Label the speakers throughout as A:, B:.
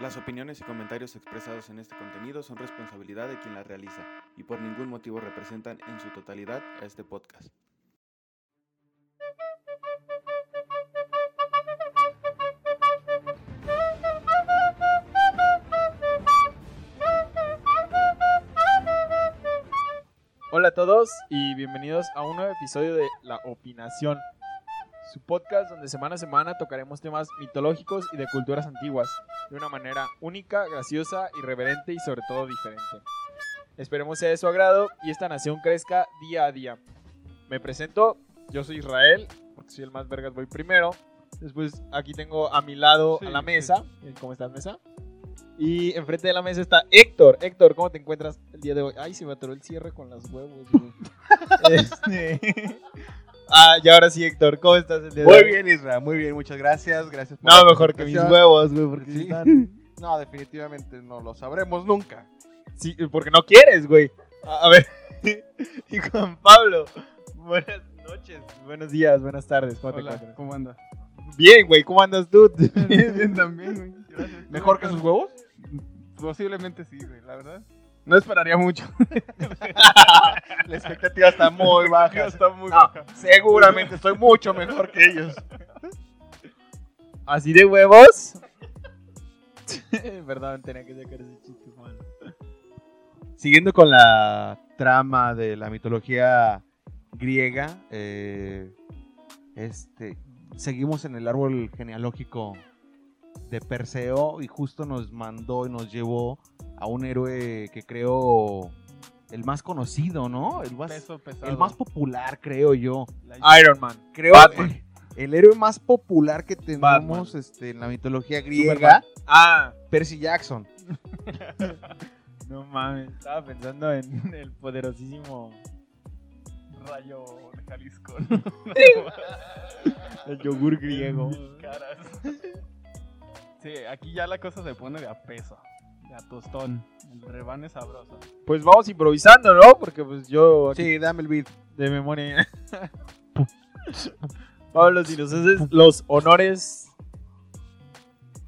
A: Las opiniones y comentarios expresados en este contenido son responsabilidad de quien las realiza y por ningún motivo representan en su totalidad a este podcast.
B: Hola a todos y bienvenidos a un nuevo episodio de La Opinación, su podcast donde semana a semana tocaremos temas mitológicos y de culturas antiguas, de una manera única, graciosa, irreverente y sobre todo diferente. Esperemos sea de su agrado y esta nación crezca día a día. Me presento, yo soy Israel, porque soy el más vergas, voy primero. Después aquí tengo a mi lado
C: Sí,
B: a la
C: sí.
B: mesa. Eh, ¿Cómo estás, mesa? Y enfrente de la mesa está Héctor. Héctor, ¿cómo te encuentras el día de hoy? Ay, se me atoró el cierre con las huevos, güey. Este... Ah, y ahora sí, Héctor, ¿cómo estás el día de hoy?
C: Muy bien, Isra, muy bien, muchas gracias, gracias por
B: No,
C: la
B: mejor que mis
C: presentación.
B: huevos, güey, porque
C: Sí.
B: están-
C: No, definitivamente no lo sabremos nunca.
B: Sí, porque no quieres, güey. A, a ver. y Juan Pablo, buenas noches, buenos días, buenas tardes, ¿cómo te encuentras?
D: ¿cómo andas?
B: Bien, güey, ¿cómo andas tú?
D: Bien también, güey. Gracias.
C: ¿Mejor que sus huevos?
D: Posiblemente sí, güey, la verdad. No esperaría mucho.
C: La expectativa está muy baja.
D: Está muy
C: No, seguramente estoy mucho mejor que ellos.
B: ¿Así de huevos? Perdón, tenía que sacar ese chiste, Juan.
C: Siguiendo con la trama de la mitología griega, eh, este, seguimos en el árbol genealógico de Perseo y justo nos mandó y nos llevó a un héroe que creo el más conocido, ¿no? El más,
D: Peso pesado.
C: el más popular, creo yo.
D: Ah.
B: Iron Man.
C: Creo
B: Batman.
C: que el héroe más popular que
B: Batman.
C: tenemos este, en la mitología griega,
B: Superman. Ah,
C: Percy Jackson.
B: no mames, estaba pensando en el poderosísimo
D: rayo de Jalisco.
B: el yogur
D: Diego.
B: griego.
D: caras. Sí, aquí ya la cosa se pone de a peso. De a tostón. El rebane sabroso.
B: Pues vamos improvisando, ¿no? Porque pues yo aquí
C: Sí, dame el beat.
B: de memoria. Pablo, si nos haces los honores.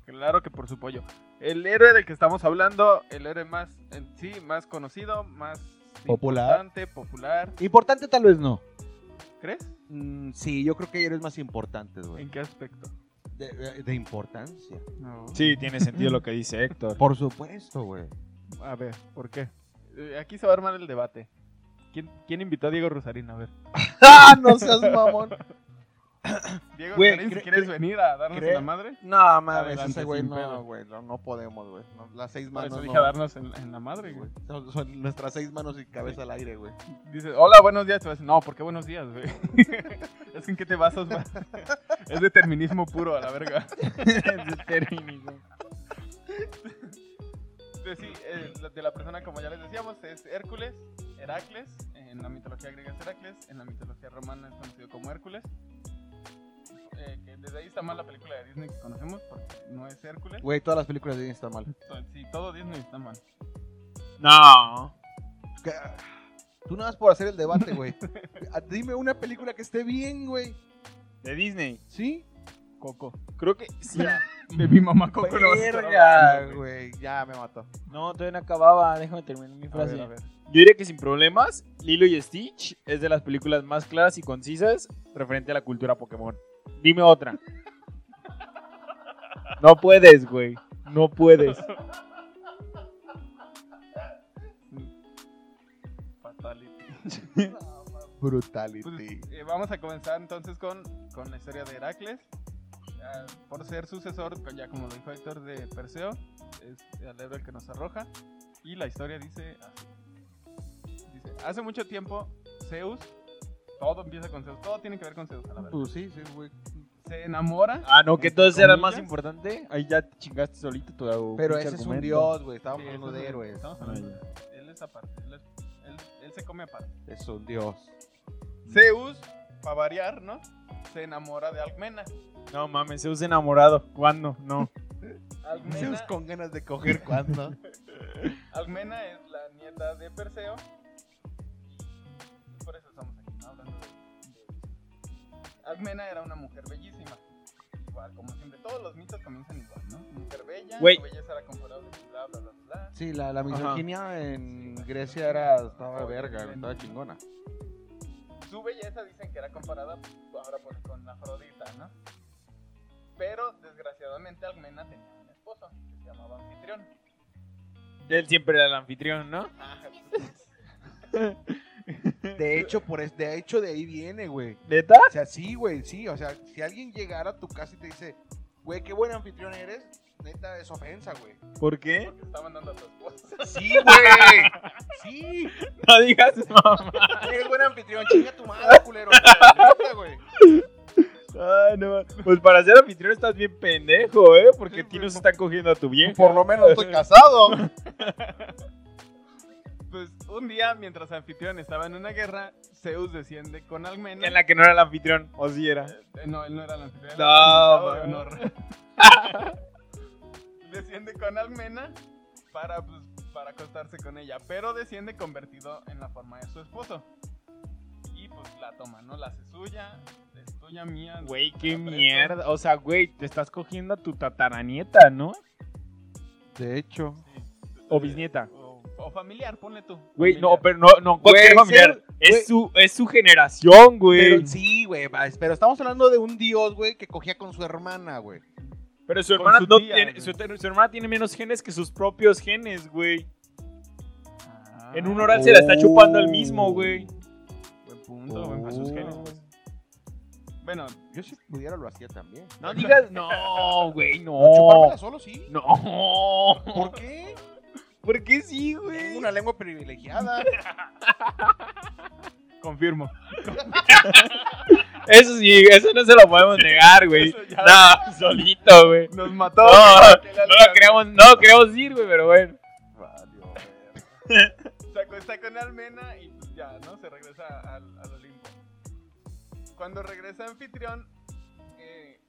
D: Claro que por su pollo. El héroe del que estamos hablando, el héroe más, en sí, más conocido, más
C: Popular.
D: importante, popular.
C: Importante tal vez no.
D: ¿Crees?
C: Mm, sí, yo creo que hay héroes más importantes, güey.
D: ¿En qué aspecto?
C: De, eh, de- de importancia.
D: No.
B: Sí, tiene sentido lo que dice Héctor.
C: Por supuesto, güey.
D: A ver, ¿por qué? Eh, Aquí se va a armar el debate. ¿Quién, quién invitó a Diego Rosarín? A ver.
C: ¡Ah, no seas mamón!
D: Diego
C: Güey,
D: Rosarín, si
C: cre-
D: quieres
C: cre-
D: venir a darnos
C: cre-
D: en la madre.
C: No,
D: Adelante,
C: Ah, ese güey
D: sin
C: no,
D: pedo.
C: güey. No, no podemos, güey. No, las seis
D: Por
C: manos.
D: eso
C: no.
D: dije a darnos en, en la madre, güey.
C: Son, son nuestras seis manos y cabeza al aire, güey.
D: Dices, hola, buenos días. Te vas, no, ¿por qué buenos días, güey? es que en qué te basas, güey. es determinismo puro, a la verga. Entonces, sí, eh, la- de la persona, como ya les decíamos, es Hércules, Heracles. En la mitología griega es Heracles, en la mitología romana es conocido como Hércules. Eh, que desde ahí está mal la película de Disney que conocemos, porque no es Hércules.
C: Güey, todas las películas de Disney están mal.
D: Entonces, sí, todo Disney está mal.
B: No.
C: Que- Tú nada más por hacer el debate, güey. A- Dime una película que esté bien, güey.
B: De Disney.
C: ¿Sí?
D: Coco.
B: Creo que sí.
D: De mi mamá Coco no vas a estar
C: Verga,
D: hablando, güey.
C: güey. Ya me mató.
B: No, todavía no acababa. Déjame terminar mi
C: A ver,
B: frase.
C: a ver.
B: Yo diría que sin problemas, Lilo y Stitch es de las películas más claras y concisas referente a la cultura Pokémon. Dime otra. No puedes, güey. No puedes.
D: Fatality. Pues,
C: Brutality.
D: eh, vamos a comenzar entonces con, con la historia de Heracles. Ah, por ser sucesor, pues, ya como lo dijo Héctor, de Perseo, es el héroe el que nos arroja. Y la historia dice así. Dice, hace mucho tiempo, Zeus, todo empieza con Zeus, todo tiene que ver con Zeus, a la verdad.
C: Pues sí, sí, güey.
D: Se enamora.
B: Ah, no, que entonces era el más
D: ¿Comillas?
B: importante. Ahí ya te chingaste solito tu
C: Pero
B: pinche
C: ese es un
B: argumento.
C: dios, güey. Estábamos
D: Sí,
C: hablando
D: eso es-
C: de héroes.
D: Estamos hablando de- Él es aparte, él, es- él- él se come aparte.
C: Es un dios.
D: Zeus, para variar, ¿no? Se enamora de Alcmena.
B: No mames, Zeus enamorado. ¿Cuándo? No.
C: Zeus
D: Alcmena,
C: con ganas de coger cuando.
D: Alcmena es la nieta de Perseo. y Por eso estamos aquí, ¿no? hablando de, de- Alcmena era una mujer bellísima. Igual, como siempre, todos los mitos comienzan igual, ¿no? Mujer bella,
B: Güey.
D: su belleza era Sí, la, la misoginia en Grecia era, estaba verga, güey, estaba chingona.
E: Su belleza dicen que era comparada ahora pues con Afrodita, ¿no? Pero desgraciadamente Almena tenía un esposo que se llamaba Anfitrión.
B: Él siempre era el anfitrión, ¿no?
D: De hecho, por es- de hecho de ahí viene, güey.
B: ¿Neta?
D: O sea, sí, güey, sí. O sea, si alguien llegara a tu casa y te dice, güey, qué buen anfitrión eres, neta es ofensa, güey.
B: ¿Por qué?
E: Porque estaban dando a tu esposo.
D: Sí, güey. Sí.
B: No digas mamá.
D: Qué buen anfitrión, chinga tu madre, culero. Neta, güey.
B: Ay, no. Pues para ser anfitrión estás bien pendejo, ¿eh? Porque
E: Sí,
B: aquí
E: güey.
B: nos está cogiendo a tu vieja.
D: Por lo menos estoy casado.
E: Pues un día, mientras Anfitrión estaba en una guerra, Zeus desciende con Almena.
B: En la que no era el anfitrión, o si era.
E: Eh, No, él no era el anfitrión.
B: No,
E: era el
B: man.
E: invitado de honor. desciende con Almena para, pues, para acostarse con ella, pero desciende convertido en la forma de su esposo. Y pues la toma, ¿no? La hace suya, es tuya, mía.
B: Güey,
E: la
B: qué
E: presto.
B: mierda. O sea, güey, te estás cogiendo a tu tataranieta, ¿no?
D: De hecho.
E: Sí.
B: O bisnieta.
E: O, o familiar, ponle tú.
B: Güey, no,
E: familiar.
B: pero no, no, cualquier
D: Güey,
B: familiar.
D: sí, güey.
B: Es su, es su generación, güey.
D: Pero sí, güey, va, pero estamos hablando de un dios, güey, que cogía con su hermana, güey.
B: Pero su
E: Con
B: hermana,
E: su
B: no
E: tía,
B: tiene,
E: güey.
B: su, ter- su hermana tiene menos genes que sus propios genes, güey.
E: Ah,
B: En un oral se la está chupando el mismo, güey.
E: Buen punto, buen pa' sus genes, pues. Bueno,
D: Oh. Yo si pudiera lo hacía también.
B: No digas, no, güey, Oh. no.
D: Chupármela solo, sí.
B: No.
D: ¿Por qué?
B: ¿Por qué sí,
D: Tengo
B: güey?
D: una lengua privilegiada.
E: confirmo.
B: Eso sí, eso no se lo podemos negar, güey.
E: Eso ya-
B: No, solito, güey.
E: Nos mató.
B: No,
E: güey, que la
B: No
E: liga-
B: lo queremos, no lo queremos ir, güey, pero bueno.
E: Se acuesta con Almena y pues ya, ¿no? Se regresa al, al Olimpo. Cuando regresa Anfitrión, eh,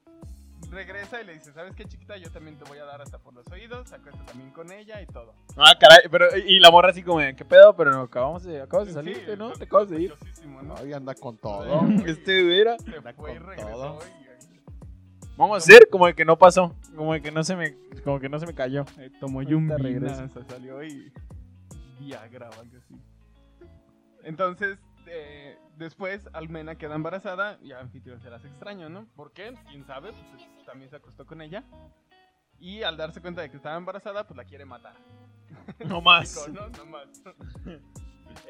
E: regresa y le dice, ¿sabes qué, chiquita? Yo también te voy a dar hasta por los oídos, se acuesta también con ella y todo.
B: Ah, caray, pero y la morra así como, ¿qué pedo? Pero no, acabamos de, acabas de salir,
E: Sí,
B: ¿no?
E: está
B: Te acabas de ir.
E: sospechosísimo, ¿no?
D: Ahí anda con
E: No,
D: todo.
E: güey.
B: Este, güey,
E: Se fue y
D: con
E: regresó
D: todo.
E: y-
B: Vamos a hacer como el que no pasó, como el que no se me, como que no se me cayó.
E: Eh, tomó
B: Ahorita
E: Yumbina,
B: regreso.
E: se salió y Viagra o algo así. Entonces, eh, después Almena queda embarazada y a Anfitrión se las extraño, ¿no? ¿Por qué? ¿Quién sabe? Pues, es- también se acostó con ella. Y al darse cuenta de que estaba embarazada, pues la quiere matar.
B: No
E: Digo,
B: más.
E: no, no más.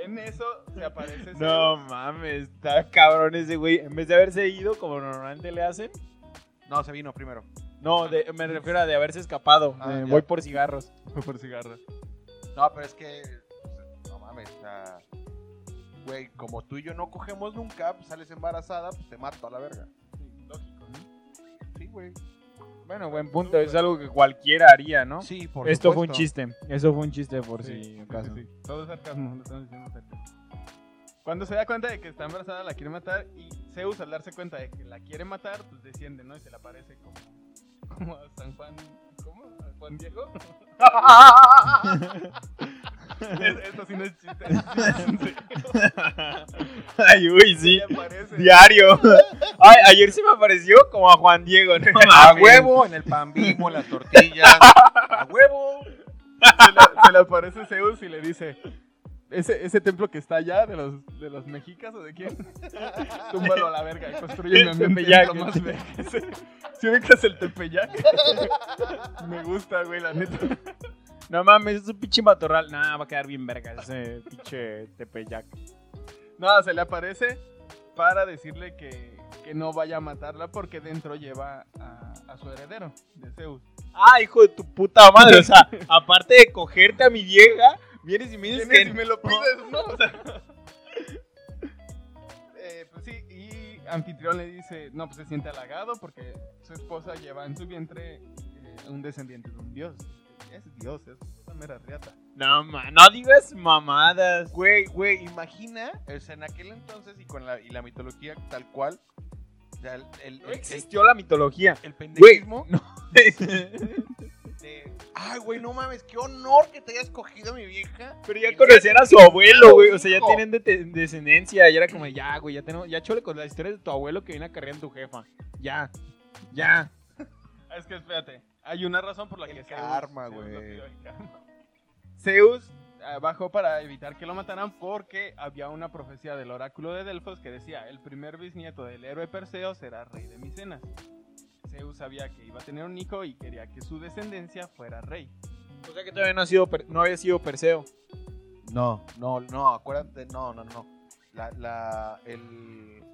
E: en eso se aparece
B: No
E: Zeus.
B: mames, está cabrón ese güey. En vez de haberse ido, como normalmente le hacen.
D: No, se vino primero.
B: No, de- me refiero a de haberse escapado.
D: Ah,
B: de
D: ya.
B: voy por cigarros.
E: Fue por cigarros.
D: No, pero es que. pues, No mames, o sea, Güey, como tú y yo no cogemos nunca, pues sales embarazada, pues te mato a la verga.
E: Sí, lógico, ¿no?
D: Sí, güey.
B: Bueno, buen punto. Es algo que cualquiera haría, ¿no?
D: Sí, por
B: Esto fue un
D: supuesto.
B: chiste. Eso fue un chiste por
E: Sí,
B: si
E: sí,
B: acaso.
E: sí, sí. Todo es sarcasmo, lo estamos diciendo sarcasmo. Cuando se da cuenta de que está embarazada, la quiere matar. Y Zeus, al darse cuenta de que la quiere matar, pues desciende, ¿no? Y se le aparece como, como a San Juan. ¿Cómo? ¿A Juan Diego? Es- Esto sí no es chiste.
B: Ay, uy, sí.
E: Le aparece.
B: Diario. Ay, ayer se me apareció como a Juan Diego, ¿no?
D: A huevo, en el pan bimbo, en las tortillas. A huevo.
E: Se le, se le aparece Zeus y le dice: Ese, ese templo que está allá, de los, de los mexicas o de quién, túmbalo a la verga y construye un templo
B: Tepeyac.
E: más verga. Si ubicas el Tepeyac, me gusta, güey, la neta.
B: No mames, es un pinche matorral. Nah, va a quedar bien verga ese pinche tepeyac.
E: No, se le aparece para decirle que, que no vaya a matarla porque dentro lleva a, a su heredero de Zeus.
B: Ah, hijo de tu puta madre. O sea, aparte de cogerte a mi vieja, vienes y me dices
E: Tienes
B: que.
E: y me lo pides, ¿no? O sea, eh, pues sí, y Anfitrión le dice, no, pues se siente halagado porque su esposa lleva en su vientre eh, un descendiente de un dios. Es dios, es una mera riata.
B: No, ma, no digas mamadas.
D: Güey, güey, imagina, o sea, en aquel entonces y con la, y la mitología tal cual, o sea, el, el,
B: No
D: el,
B: existió la mitología.
D: el pendejismo de, ay, güey, no mames, qué honor que te hayas cogido a mi vieja.
B: Pero ya conocían a su abuelo, güey. O sea, ya tienen de- descendencia. Y era como, ya, güey, ya tenemos. Ya chole con las historias de tu abuelo que viene a cargar en tu jefa. Ya, ya.
E: Ah, Es que espérate, hay una razón por la
D: El
E: que
D: karma,
E: Zeus lo
D: güey.
E: pidió, el karma. Zeus eh, bajó para evitar que lo mataran porque había una profecía del oráculo de Delfos que decía, el primer bisnieto del héroe Perseo será rey de Micenas. Zeus sabía que iba a tener un hijo y quería que su descendencia fuera rey.
B: O sea que todavía no, ha sido, Per- no había sido Perseo.
D: No, no, no, acuérdate, no, no, no. La, la, el...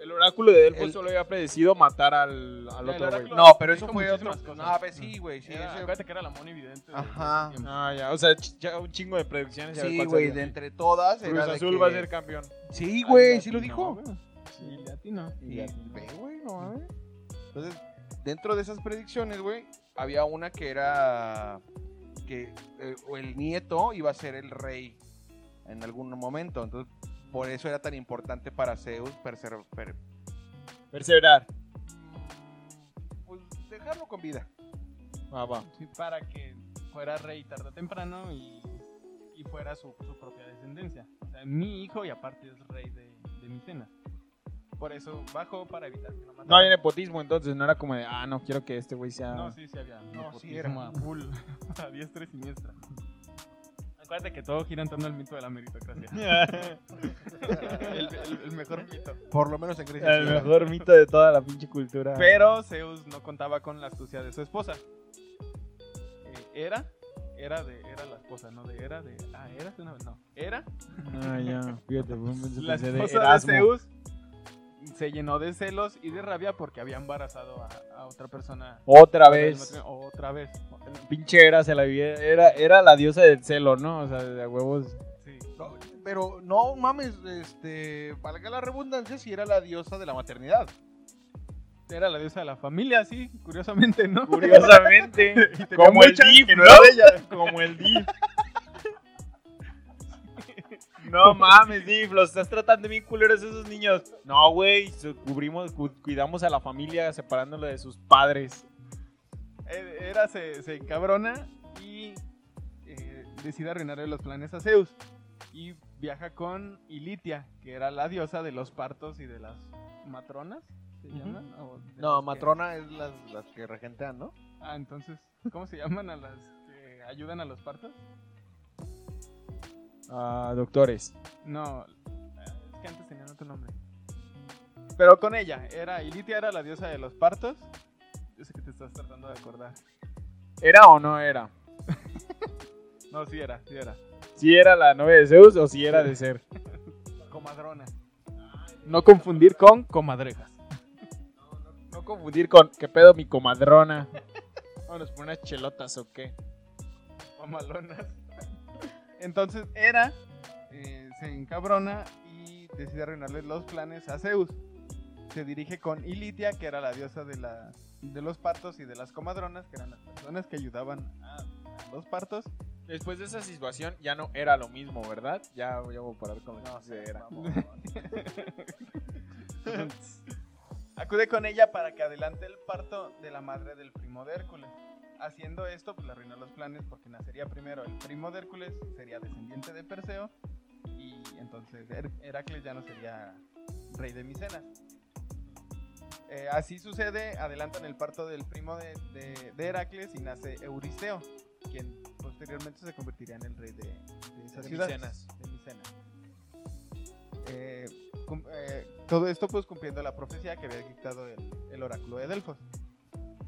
B: El oráculo de Delfos
D: El-
B: solo había predecido matar al, al
E: El
B: otro güey.
E: oráculo-
D: No, pero eso
E: Dijo
D: fue otro.
E: muchísimas cosas.
D: No, a ver, sí, güey, sí.
E: Era-
D: ese-
E: acuérdate que era la monividente. de-
D: Ajá.
E: de ese tiempo.
B: Ah, ya, o sea, ch- ya un chingo de predicciones. y a ver
D: Sí,
B: cuál
D: güey,
B: salía.
D: de entre todas. era
B: Cruz
D: de
B: Azul
D: que-
B: va a ser campeón.
D: Sí,
E: Ay,
D: güey, sí lo
E: latino,
D: dijo.
E: güey. Sí, latino.
D: Y ve, güey, no mames. Entonces, dentro de esas predicciones, güey, había una que era que eh, o el nieto iba a ser el rey en algún momento. Entonces, por eso era tan importante para Zeus perser- per-
B: Perseverar.
D: pues, dejarlo con vida.
B: Va, va.
E: Sí, para que fuera rey tarde o temprano y, y fuera su, su propia descendencia. O sea, mi hijo y aparte es rey de, de Micenas. Por eso bajó para evitar que lo mataran.
B: No había nepotismo entonces, no era como de, ah, no quiero que este güey sea...
E: No, sí, sí había.
D: No, sí
E: nepotismo
D: era.
E: a full, a diestra y siniestra. Acuérdate que todo gira en torno al mito de la meritocracia. el, el- el mejor mito.
D: Por lo menos en Grecia.
B: El
D: sí era.
B: mejor mito de toda la pinche
D: Ah.
B: cultura.
E: Pero Zeus no contaba con la astucia de su esposa. Eh, era, era de, era la esposa, no de era de, ah, era de una vez, no, era
B: Ah, ya, fíjate, fue un pensé
E: la
B: pensé de
E: esposa de,
B: Erasmo.
E: Zeus se llenó de celos y de rabia porque había embarazado a, a otra persona.
B: Otra vez.
E: Otra vez.
B: Pinche era, se la vivía. Era, era la diosa del celo, ¿no? O sea, de huevos.
E: Sí.
D: No, pero no mames, este, valga la redundancia, si era la diosa de la maternidad.
E: Era la diosa de la familia, sí, curiosamente, ¿no?
B: Curiosamente. como el
E: muchas
B: DIF,
E: que
B: ¿no?
E: no
B: Como el DIF. No mames, DIF, los estás tratando bien culeros esos niños. No, güey, su- cubrimos, cu- cuidamos a la familia separándolo de sus padres.
E: Eh, Era se, se encabrona y eh, decide arruinarle los planes a Zeus. Y viaja con Ilitia, que era la diosa de los partos y de las matronas. ¿Se llaman? O de las
D: No,
E: que-
D: matrona es las, las que regentean, ¿no?
E: Ah, entonces, ¿cómo se llaman a las que ayudan a los partos?
B: Ah, doctores.
E: No, es que antes tenían otro nombre. Pero con ella, era Ilitia era la diosa de los partos. Yo sé que te estás tratando de acordar.
B: ¿Era o no era?
E: No, sí era, sí era.
B: ¿Si era la novia de Zeus o si era de ser?
E: Comadrona.
B: No confundir con comadrejas. No confundir con, ¿qué pedo mi comadrona? Vámonos por unas chelotas o qué.
E: mamalonas. Entonces Hera eh, se encabrona y decide arruinarle los planes a Zeus. Se dirige con Ilitia, que era la diosa de, la- de los partos y de las comadronas, que eran las personas que ayudaban a, a los partos.
B: Después de esa situación ya no era lo mismo, ¿verdad? Ya voy a parar con la era.
E: Acude con ella para que adelante el parto de la madre del primo de Hércules. Haciendo esto, pues le arruinó los planes porque nacería primero el primo de Hércules, sería descendiente de Perseo, y entonces Her- Heracles ya no sería rey de Micenas. Eh, así sucede, adelantan el parto del primo de, de- de Heracles y nace Euristeo, quien posteriormente se convertiría en el rey de, de esa
B: De
E: ciudad,
B: Micenas.
E: de Micenas. Eh, cum- eh, todo esto pues cumpliendo la profecía que había dictado el, el oráculo de Delfos.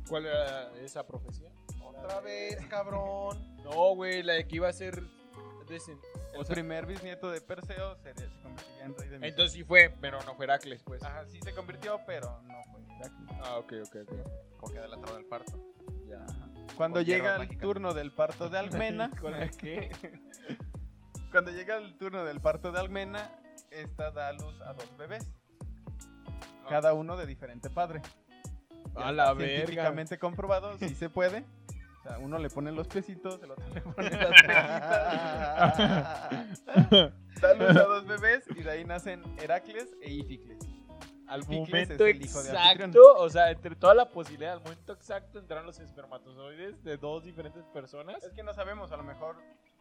B: ¿Cuál era esa profecía?
D: Otra vez, cabrón.
B: No, güey, la de que iba a ser... desen-
E: El
B: O sea-
E: primer bisnieto de Perseo sería- se convertiría en rey de Micenas. Ah.
B: Entonces sí fue, pero no fue Heracles, pues.
E: Ajá, sí se convirtió, pero no fue Heracles.
B: Ah, ok, ok, ok.
D: Porque adelantaron el parto.
B: Ya.
E: Cuando
D: Con hierba
E: llega el
D: mágica.
E: turno del parto de Almena,
B: ¿Con el qué?
E: cuando llega el turno del parto de Almena, esta da a luz a dos bebés, cada uno de diferente padre.
B: A
E: Ya
B: la
E: está
B: verga.
E: Científicamente comprobado, si se puede. O sea, uno le pone los pesitos, el otro le pone las pequitas. da luz a dos bebés y de ahí nacen Heracles e Ificles.
B: Al
E: Picles
B: momento
E: es el hijo de
B: exacto,
E: anfitrión.
B: o sea, entre toda la posibilidad, al momento exacto entraron los espermatozoides de dos diferentes personas.
E: Es que no sabemos, a lo mejor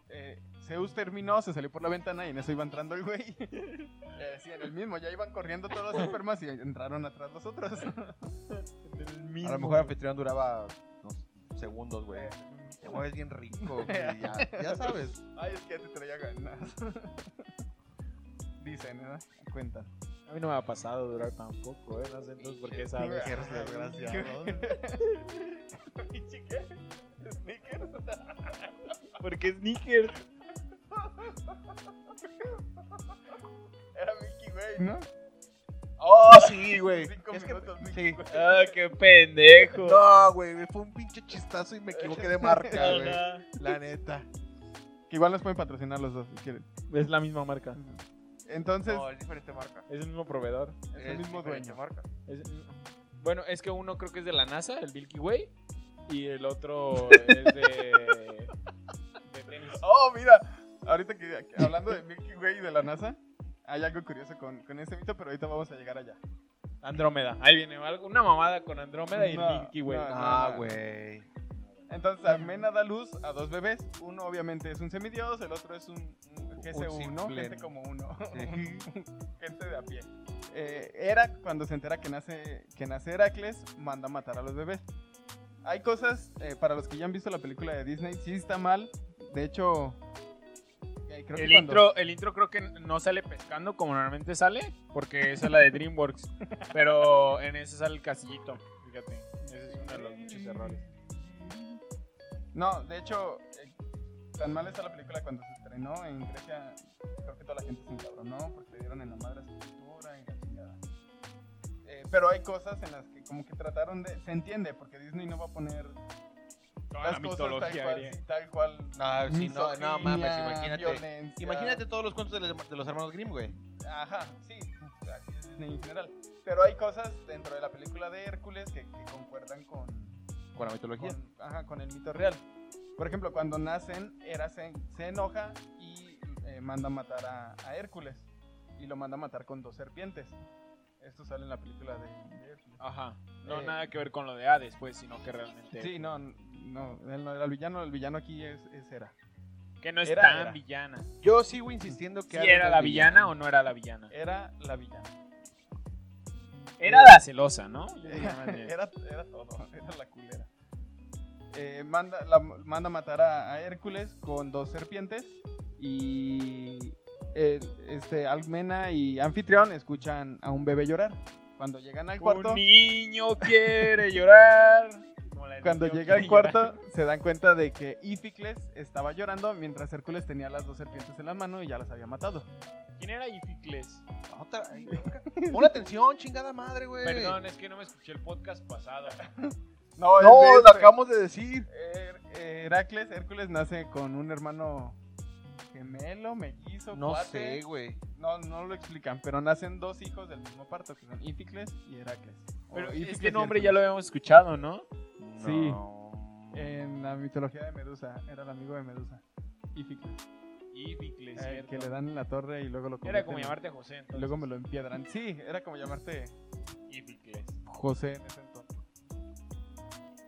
E: eh, Zeus terminó, se salió por la ventana y en eso iba entrando el güey. Eh, sí, en el mismo, ya iban corriendo todos los espermas y entraron atrás los otros.
B: Del
D: A
B: mismo,
D: lo mejor
B: güey.
D: anfitrión duraba unos segundos, güey.
E: Eh,
D: Te mueves bien rico, güey, ya, ya sabes.
E: Ay, es que ya te traía ganas. Dicen, ¿verdad? Cuentan.
B: A mí no me ha pasado durar tampoco, ¿eh? No sé entonces por qué sabes.
D: Eres desgraciado.
E: ¿Y chique? ¿Sneakers?
B: Porque sneakers.
E: Era Milky Way, ¿no?
D: Oh, sí, güey.
E: Cinco
D: Es que-
E: minutos,
D: sí.
E: Milky Way.
B: Ah, qué pendejo.
D: No, güey, fue un pinche chistazo y me equivoqué de marca, güey.
B: Ajá.
D: La neta.
E: Que igual nos pueden patrocinar los dos si quieren.
B: Es la misma marca.
E: Entonces,
C: es diferente marca.
B: Es el mismo proveedor.
E: es el
D: Este,
E: mismo
C: diferente
E: dueño.
C: marca.
B: Es- Bueno, es que uno creo que es de la NASA, el Milky Way. Y el otro es de. de tenis.
E: Oh, mira. Ahorita que que hablando de Milky Way y de la NASA, hay algo curioso con, con ese mito, pero ahorita vamos a llegar allá.
B: Andrómeda. Ahí viene algo- una mamada con Andrómeda y el
E: No,
B: Milky Way.
E: no,
D: Ah, güey.
E: Entonces, Almena da luz a dos bebés. Uno obviamente es un semidios, el otro es un, un GCU, ¿no?
D: simple.
E: Gente como uno.
D: Sí.
E: Gente de a pie. Eh, Hera, cuando se entera que nace, que nace Heracles, manda a matar a los bebés. Hay cosas, eh, para los que ya han visto la película de Disney, sí está mal. De hecho, eh, creo que
B: El
E: cuando-
B: intro, el intro creo que no sale pescando como normalmente sale, porque esa es la de DreamWorks. pero en esa sale el casillito, fíjate. Ese es uno de los muchos errores.
E: No, de hecho, eh, tan mal está la película cuando se estrenó en Grecia. Creo que toda la gente se encabronó porque le dieron en la madre a su cultura y la chingada. Eh, pero hay cosas en las que como que trataron de... Se entiende, porque Disney no va a poner
B: Toda
E: las
B: Ah, la
E: cosas tal
B: mitología
E: cual,
B: griega.
E: sí, tal cual.
D: No, sí, no, no mames,
E: misoginia,
D: imagínate.
E: violencia.
D: Imagínate todos los cuentos de los, de los hermanos Grimm, güey.
E: Ajá, sí, así es Disney en general. Pero hay cosas dentro de la película de Hércules que- que concuerdan con,
D: Con la mitología.
E: con, ajá, con el mito real. Por ejemplo, cuando nacen, Hera se, se enoja y eh, manda a matar a, a Hércules. Y lo manda a matar con dos serpientes. Esto sale en la película de, de Hércules.
B: Ajá. No
E: Eh,
B: nada que ver con lo de Hades, pues, sino que realmente.
E: Sí, no, no, él no era el villano, el villano aquí es, es Hera.
B: Que no es
E: Era,
B: tan
E: era.
B: villana.
D: Yo sigo insistiendo
B: Si
D: que.
B: era la villana o no era la villana.
E: Era la villana.
B: Era la celosa, ¿no? Yo diría más bien.
E: Era, era todo, era la culera. Eh, manda, la- manda a matar a, a Hércules con dos serpientes y eh, este, Almena y Anfitrión escuchan a un bebé llorar. Cuando llegan al cuarto,
B: Un niño quiere llorar. Como la del
E: cuando
B: niño
E: llega al
B: quiere
E: cuarto se dan cuenta de que Íficles estaba llorando mientras Hércules tenía las dos serpientes en la mano y ya las había matado.
B: llorar. ¿Quién era Ificles?
D: Otra. ay, Pon atención, chingada madre, güey.
B: Perdón, es que no me escuché el podcast pasado.
E: Oh, No, es de
D: No, lo
E: este.
D: acabamos de decir.
E: Her- Heracles, Hércules nace con un hermano gemelo, mellizo,
D: No
E: cuate.
D: sé, güey.
E: No, no lo explican, pero nacen dos hijos del mismo parto, que son Íficles y Heracles. O
B: Pero
E: Íficles
B: este
E: y
B: nombre
E: Hércules.
B: ya lo habíamos escuchado, ¿no?
E: Sí.
D: No.
E: En la mitología de Medusa, era el amigo de Medusa. Íficles.
B: Ificles,
E: Eh,
B: cierto.
E: que le dan en la torre y luego lo
B: Era como
E: convierten en-
B: llamarte José,
E: y
B: entonces.
E: luego me lo empiedran. Sí, era como llamarte
B: Ificles.
E: José en ese entonces.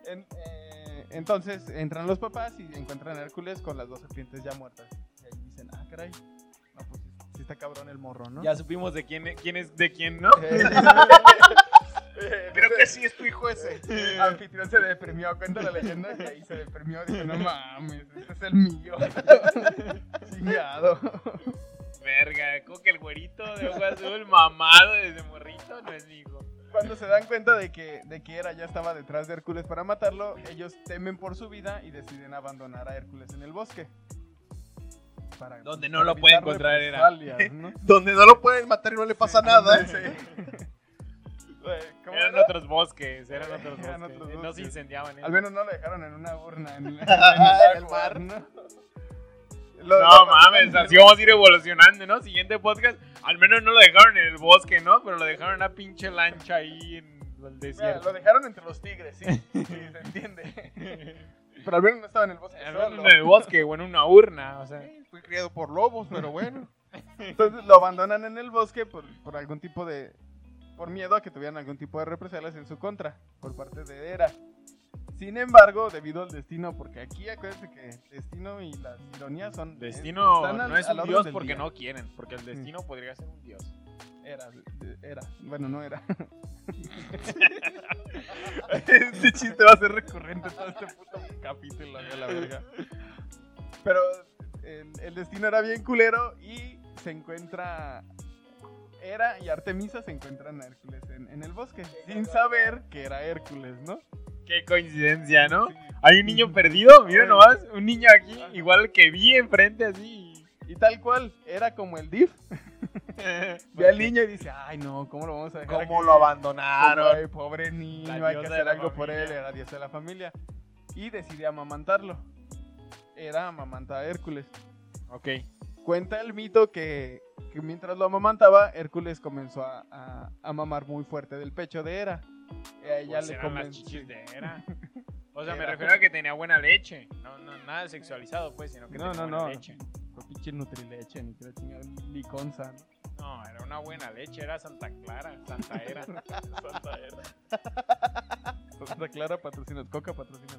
E: En- eh, entonces entran los papás y encuentran a Hércules con las dos serpientes ya muertas. Y ahí dicen, ah, caray. No, pues sí, sí está cabrón el morro, ¿no?
B: Ya supimos de quién, quién es de quién, ¿no?
E: Creo que sí es tu hijo ese.
D: Eh.
E: Anfitrión se deprimió, cuenta la leyenda que ahí se deprimió. Dijo, no mames, este es el mío. Chingado.
B: Verga, como que el güerito de ojo azul, mamado desde morrito, no es mi hijo.
E: Cuando se dan cuenta de que, de que Hera ya estaba detrás de Hércules para matarlo, ellos temen por su vida y deciden abandonar a Hércules en el bosque. Para-
B: Donde no lo puede
E: evitar
B: encontrar Hera.
E: represalias, ¿no?
D: Donde no lo pueden matar y no le pasa nada.
E: Sí. Eh, ¿Cómo
B: Eran
E: era?
B: otros bosques, eran otros bosques.
E: Eran otros
B: No se
E: bosques.
B: incendiaban. ¿eh?
E: Al menos no lo dejaron en una urna en, en el,
D: el mar.
E: mar. ¿no? Lo-
B: No
E: lo-
B: mames, así vamos a ir evolucionando, ¿no? Siguiente podcast, al menos no lo dejaron en el bosque, ¿no? Pero lo dejaron en una pinche lancha ahí en el
E: Mira,
B: desierto.
E: lo dejaron entre los tigres, sí, sí, se entiende. Pero al menos no estaba en el bosque
B: Al menos
E: solo.
B: en el bosque o en una urna, o sea.
D: Fui criado por lobos, pero bueno.
E: Entonces lo abandonan en el bosque por, por algún tipo de... Por miedo a que tuvieran algún tipo de represalias en su contra por parte de Hera. Sin embargo, debido al destino, porque aquí acuérdense que destino y las ironías son...
B: Destino
E: están al-
B: no es
E: al
B: un
E: orden
B: dios
E: del
B: porque
E: día.
B: no quieren, porque el destino podría ser un dios.
E: Era, de- era. Bueno, no era. Este chiste va a ser recurrente todo este puto capítulo, a la verga. Pero el, el destino era bien culero y se encuentra. Era y Artemisa se encuentran a Hércules en, en el bosque, sin saber que era Hércules, ¿no?
B: Qué coincidencia, ¿no?
E: Sí.
B: Hay un niño perdido, mira nomás, un niño aquí, igual que vi enfrente así.
E: Y tal cual, era como el div. Ve al niño y dice, ay no, ¿cómo lo vamos a dejar?
D: ¿Cómo
E: aquí?"
D: lo
E: Como,
D: abandonaron?
E: "Ay, pobre niño,
B: La
E: hay que
B: diosa de
E: hacer
B: la
E: algo por él,
B: familia.
E: era dios de la familia. Y decide amamantarlo. Era amamantar a Hércules.
B: Ok.
E: Cuenta el mito que, que mientras lo amamantaba, Hércules comenzó a, a- a mamar muy fuerte del pecho de Hera. Y a ella
B: Pues
E: le
B: eran las
E: comen-
B: chichis de Hera. O sea, me
E: Era
B: refiero a que tenía buena leche. No, no, nada sexualizado, pues, sino que
E: No,
B: tenía
E: no,
B: buena
E: no.
B: leche.
E: Con pinche nutrileche, ni que la chingada, liconza. ¿no?
B: No, era una buena leche, era Santa Clara, Santa Era. Santa Era.
E: Santa Clara patrocina, Coca patrocina.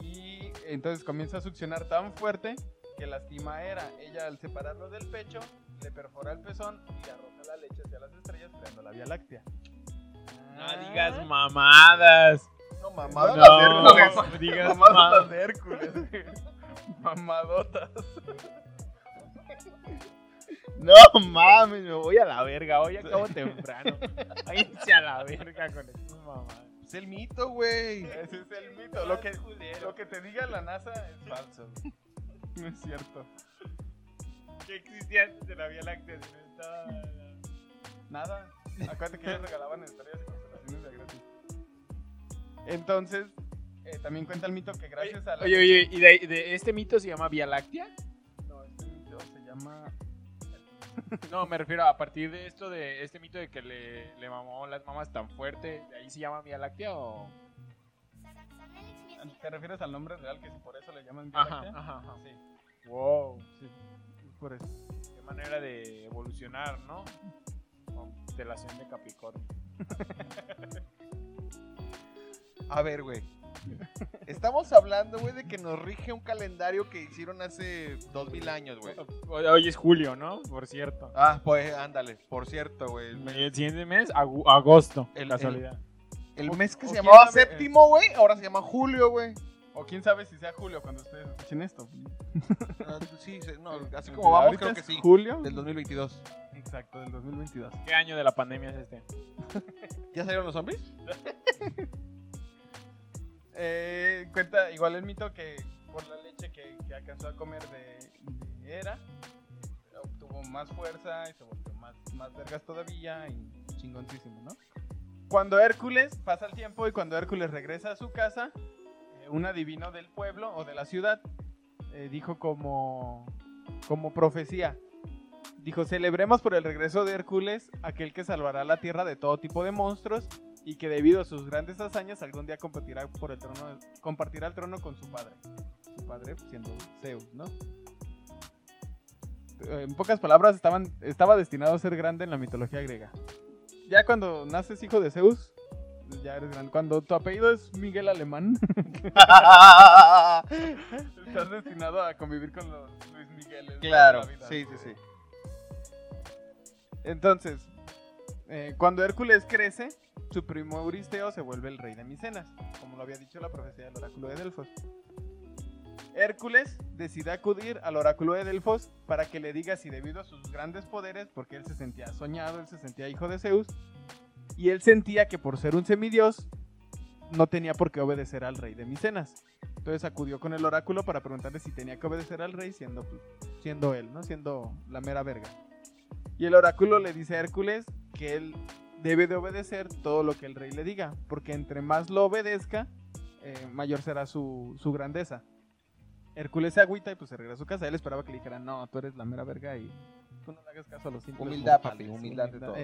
E: Y entonces comienza a succionar tan fuerte que lastima a Hera. Ella al separarlo del pecho le perfora el pezón y arroja la leche hacia las estrellas creando la Vía Láctea.
B: No digas mamadas.
E: No,
B: No,
E: mamadas de Hércules.
B: no digas
E: Mamadotas
B: mamadas.
E: de Hércules. Mamadotas.
D: No mames, me voy a la verga. Hoy acabo
B: temprano. Váyanse a la verga con estas mamadas.
D: Es el mito, güey.
E: Ese es el mito. Lo que, lo que te diga la NASA es falso. No es cierto.
B: que existía antes de la Vía Láctea, si no estaba.
E: Nada. Acuérdate que ellos regalaban estrellas y constelaciones de gratis. Entonces, eh, también cuenta el mito que gracias a la.
B: Oye, oye, ¿y de, de este mito se llama Vía Láctea?
E: No, este mito se llama.
B: No, me refiero a partir de esto, de este mito de que le, le mamó las mamas tan fuerte, ¿de ahí se llama Vía Láctea o...?
E: ¿Te refieres al nombre real que si por eso le llaman Vía
B: Ajá,
E: Láctea?
B: ajá, ajá.
E: Sí,
B: Wow,
E: es por eso.
B: qué manera de evolucionar, ¿no? Constelación de Capricornio.
D: A ver, güey. Estamos hablando, güey, de que nos rige un calendario que hicieron hace dos mil años, güey.
B: O- Hoy es julio, ¿no? Por cierto.
D: Ah, pues ándale, por cierto, güey. El,
B: El siguiente mes, agu- agosto,
D: El-
B: casualidad.
D: el mes que
E: o
D: se
E: quién
D: llamaba
E: sabe, eh.
D: séptimo, güey, ahora se llama julio, güey.
E: O quién sabe si sea julio cuando ustedes escuchen esto.
D: Ah, sí, se- no, así
E: Ahorita
D: como vamos, creo
E: es
D: que sí.
E: Julio.
D: Del 2022.
E: Exacto, del 2022.
B: ¿Qué año de la pandemia es este?
D: ¿Ya salieron los zombies?
E: Eh, cuenta igual el mito que por la leche que, que alcanzó a comer de, de Hera, obtuvo más fuerza y se volvió más, más vergas todavía y chingoncísimo, ¿no? Cuando Hércules pasa el tiempo y cuando Hércules regresa a su casa, eh, un adivino del pueblo o de la ciudad eh, dijo como, como profecía. Dijo, celebremos por el regreso de Hércules, aquel que salvará la tierra de todo tipo de monstruos y que debido a sus grandes hazañas algún día compartirá por el trono compartirá el trono con su padre su padre siendo Zeus no Eh, en pocas palabras estaban estaba destinado a ser grande en la mitología griega ya cuando naces hijo de Zeus ya eres grande cuando tu apellido es Miguel Alemán
B: Ah,
E: estás destinado a convivir con los Luis Migueles toda
D: claro,
E: la vida.
D: sí, sí, sí.
E: Entonces, eh, cuando Hércules crece, su primo Euristeo se vuelve el rey de Micenas, como lo había dicho la profecía del oráculo de Delfos. Hércules decide acudir al oráculo de Delfos para que le diga si debido a sus grandes poderes, porque él se sentía soñado, él se sentía hijo de Zeus, y él sentía que por ser un semidios no tenía por qué obedecer al rey de Micenas. Entonces acudió con el oráculo para preguntarle si tenía que obedecer al rey siendo, pues, siendo él, ¿no? Siendo la mera verga. Y el oráculo le dice a Hércules que él debe de obedecer todo lo que el rey le diga, porque entre más lo obedezca, eh, mayor será su, su grandeza. Hércules se agüita y pues se regresa a su casa. Él esperaba que le dijeran, no, tú eres la mera verga y tú no le hagas caso a los simples
D: Humildad, papi,
E: mortales". Eh,
D: humildad de todo.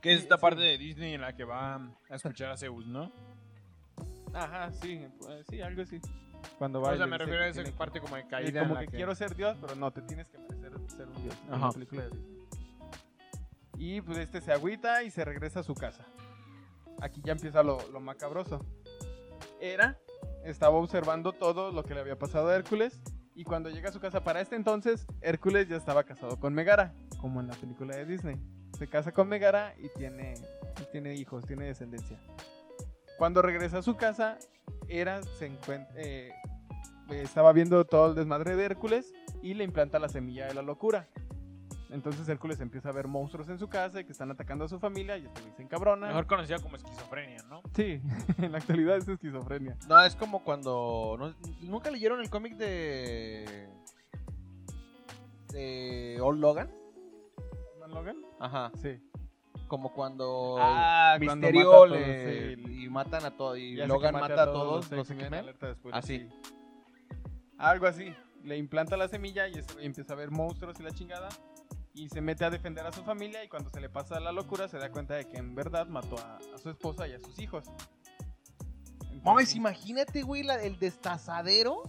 B: Que es
E: Sí,
B: esta
E: sí.
B: parte de Disney en la que va a escuchar a Zeus, ¿no?
E: Ajá, sí, pues, sí, algo así. Cuando va
B: O
E: y
B: sea,
E: le
B: me
E: dice
B: refiero a
E: que
B: esa
E: tiene que-
B: parte como de
E: es
B: caída. en
E: Eh, como
B: la
E: que, quiero ser Dios, pero no, te tienes que merecer ser un Dios.
B: Ajá.
E: Una película de Disney. Y pues este se agüita y se regresa a su casa. Aquí ya empieza lo, lo macabroso. Era, estaba observando todo lo que le había pasado a Hércules. Y cuando llega a su casa para este entonces, Hércules ya estaba casado con Megara, como en la película pues, de Disney. Se casa con Megara y tiene, y tiene hijos, tiene descendencia. Cuando regresó a su casa, Hera se encuent- eh, estaba viendo todo el desmadre de Hércules y le implanta la semilla de la locura. Entonces Hércules empieza a ver monstruos en su casa y que están atacando a su familia y este güey se encabrona.
B: Mejor conocida como esquizofrenia, ¿no?
E: Sí, en la actualidad es esquizofrenia.
D: No, es como cuando. no- ¿Nunca leyeron el cómic de. de. Old Logan?
E: ¿Man Logan?
D: Ajá.
E: Sí.
D: Como cuando.
E: Ah, cuando
D: Misterio
E: mata a todos,
D: le-
E: sí.
D: y matan a todos. Y
E: Y hace que
D: Logan
E: mate
D: mata a todos.
E: los
D: los X-Men.
E: Alerta de spoiler,
D: Así.
E: sí. Algo así. Le implanta la semilla y este güey empieza a ver monstruos y la chingada. Y se mete a defender a su familia y cuando se le pasa la locura se da cuenta de que en verdad mató a, a su esposa y a sus hijos. Entonces,
D: Mames, imagínate, güey, la- el destazadero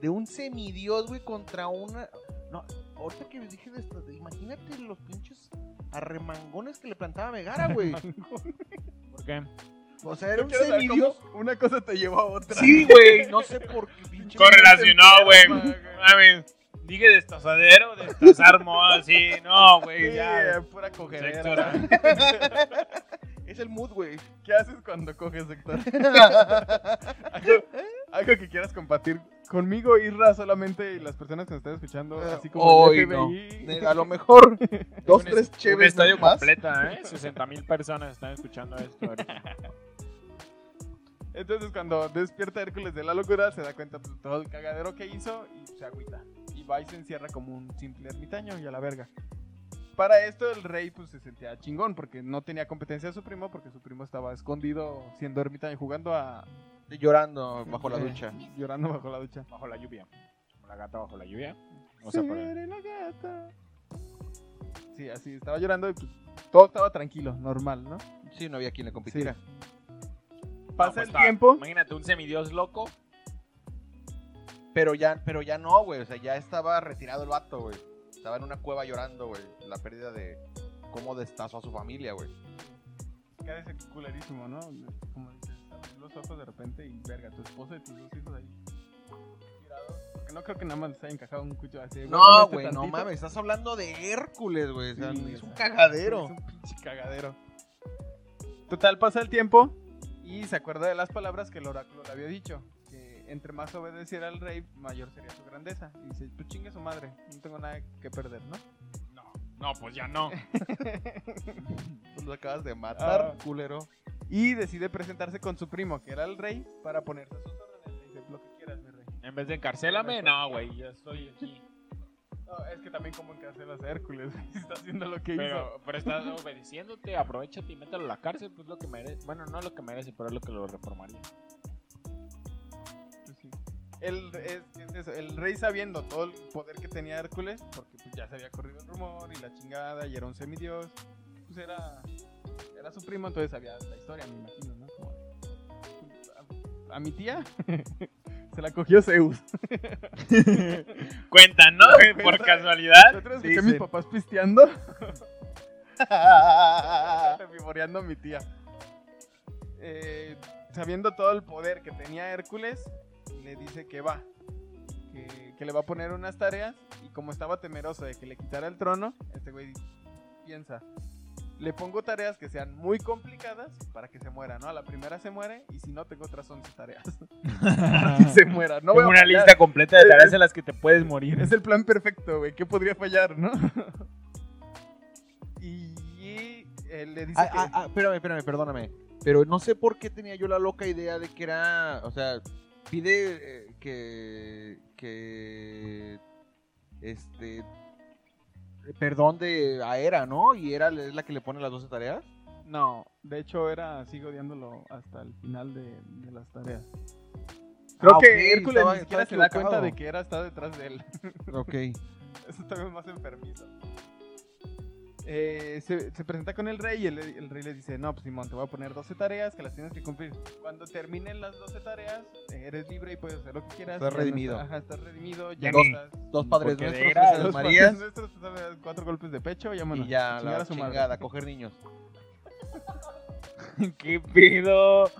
D: de un semidios, güey, contra una. No, ahorita que dije, desta- imagínate los pinches arremangones que le plantaba Megara, güey.
B: ¿Por qué?
D: O sea, era un
E: quiero saber cómo
D: semidios.
E: una cosa te lleva a otra.
D: Sí, güey, no sé por qué. pinche
B: Correlacionado, güey.
D: enferma,
B: Mames, Dije destazadero, destazar moda, sí. No, güey,
E: Sí,
B: ya.
E: pura
B: Sectora.
E: cogedera.
D: Es el mood, güey.
E: ¿Qué haces cuando coges, Héctor? algo, algo que quieras compartir conmigo, Irra, solamente y las personas que nos están escuchando, así como el
D: Eh, Hoy no.
E: FBI.
D: A lo mejor dos,
B: Un
D: tres
B: es-
D: chéves.
B: Un estadio
D: nomás.
B: completa, ¿eh? 60 mil personas están escuchando esto. ahorita.
E: Entonces, cuando despierta Hércules de la locura, se da cuenta de todo el cagadero que hizo y se agüita. Y va y se encierra como un simple ermitaño y a la verga. Para esto, el rey pues, se sentía chingón porque no tenía competencia de su primo, porque su primo estaba escondido siendo ermitaño jugando a.
D: Llorando bajo la ducha.
E: Llorando bajo la ducha.
B: Bajo la lluvia. Como la gata bajo la lluvia. O sea, por el-
E: Seré la gata. Sí, así estaba llorando y pues, todo estaba tranquilo, normal, ¿no?
D: Sí, no había quien le compitiera.
B: No,
E: Pasa
B: pues,
E: el
B: está-
E: tiempo.
B: Imagínate un semidios loco.
D: Pero ya, pero ya no, güey. O sea, ya estaba retirado el vato, güey. Estaba en una cueva llorando, güey. La pérdida de cómo destazó a su familia, güey.
E: Quedas culerísimo, ¿no? Como dices, abrir los ojos de repente y verga, tu esposa y tus dos hijos ahí tirados. Porque no creo que nada más les haya encajado un cuchillo así.
D: No,
E: este
D: güey, no
E: tantito.
D: mames. Estás hablando de Hércules, güey. O sea,
E: Sí,
D: es un
E: esa-
D: cagadero.
E: Es un pinche cagadero. Total, pasa el tiempo y se acuerda de las palabras que el oráculo le había dicho. Que entre más obedeciera al rey, mayor sería su grandeza. Y dice, pues chingue su madre, no tengo nada que perder, ¿no?
B: No, no, pues ya no.
D: Tú Lo acabas de matar,
E: Ah.
D: culero.
E: Y decide presentarse con su primo, que era el rey, para ponerse a sus órdenes. Le dice, lo que quieras, mi rey.
B: En vez de encarcélame, no, güey, ya estoy aquí.
E: No, es que también como encarcelas a Hércules. Está haciendo lo que hizo.
B: Pero, pero estás obedeciéndote, aprovechate y mételo a la cárcel, pues lo que merece. Bueno, no lo que merece, pero es lo que lo reformaría.
E: Pues sí. El, es- es eso, el rey sabiendo todo el poder que tenía Hércules, porque pues, ya se había corrido el rumor y la chingada, y era un semidios, pues era, era su primo, entonces sabía la historia, me imagino, ¿no? Como, a, a mi tía se la cogió Zeus.
B: Cuentan, ¿no?
E: Por
B: casualidad.
E: Yo otra vez escuché a
D: Dicen.
E: mis papás pisteando, vivoreando a mi tía. Eh, sabiendo todo el poder que tenía Hércules, le dice que va, que, que le va a poner unas tareas y como estaba temeroso de que le quitara el trono, este güey dice, piensa, le pongo tareas que sean muy complicadas para que se muera, ¿no? A la primera se muere y si no tengo otras 11 tareas. Y se muera, no voy a fallar.
B: completa
E: de tareas en
B: las que te puedes morir.
E: Es el plan perfecto, güey, ¿qué podría fallar, no? y él le dice
D: Ah,
E: que...
D: ah, ah, espérame, espérame, perdóname. Pero no sé por qué tenía yo la loca idea de que era. O sea, pide eh, que. que. Este. Perdón de a Era, ¿no? Y Era es la que le pone las 12 tareas.
E: No, de hecho era sigo odiándolo hasta el final de, de las tareas.
D: Creo Ah,
E: Creo que
D: que ok, Hércules
E: Hércules
D: estaba-
E: ni
D: ni
E: siquiera
D: siquiera
E: se
D: estaba
E: da
D: se da equivocado.
E: cuenta
D: cuenta de
E: de que era está detrás de él.
D: Ok.
E: Eso todavía es más enfermizo. Eh, se, se presenta con el rey y el, el rey le dice, no, pues Simón, te voy a poner 12 tareas que las tienes que cumplir. Cuando terminen las 12 tareas, eh, eres libre y puedes hacer lo que quieras.
D: Estás
E: Ya no
D: redimido.
E: estás- ajá, estás redimido, ya
D: Dos-
E: no estás...
D: Dos padres
B: Porque de
D: nuestros,
B: Hera,
D: tres
B: dos
D: Aves
E: Los
D: Marías.
E: nuestros, ¿sabes? cuatro golpes de pecho, ya
D: Y ya,
E: chingar
D: la
E: a su madre.
D: chingada, coger niños.
B: ¿Qué pido?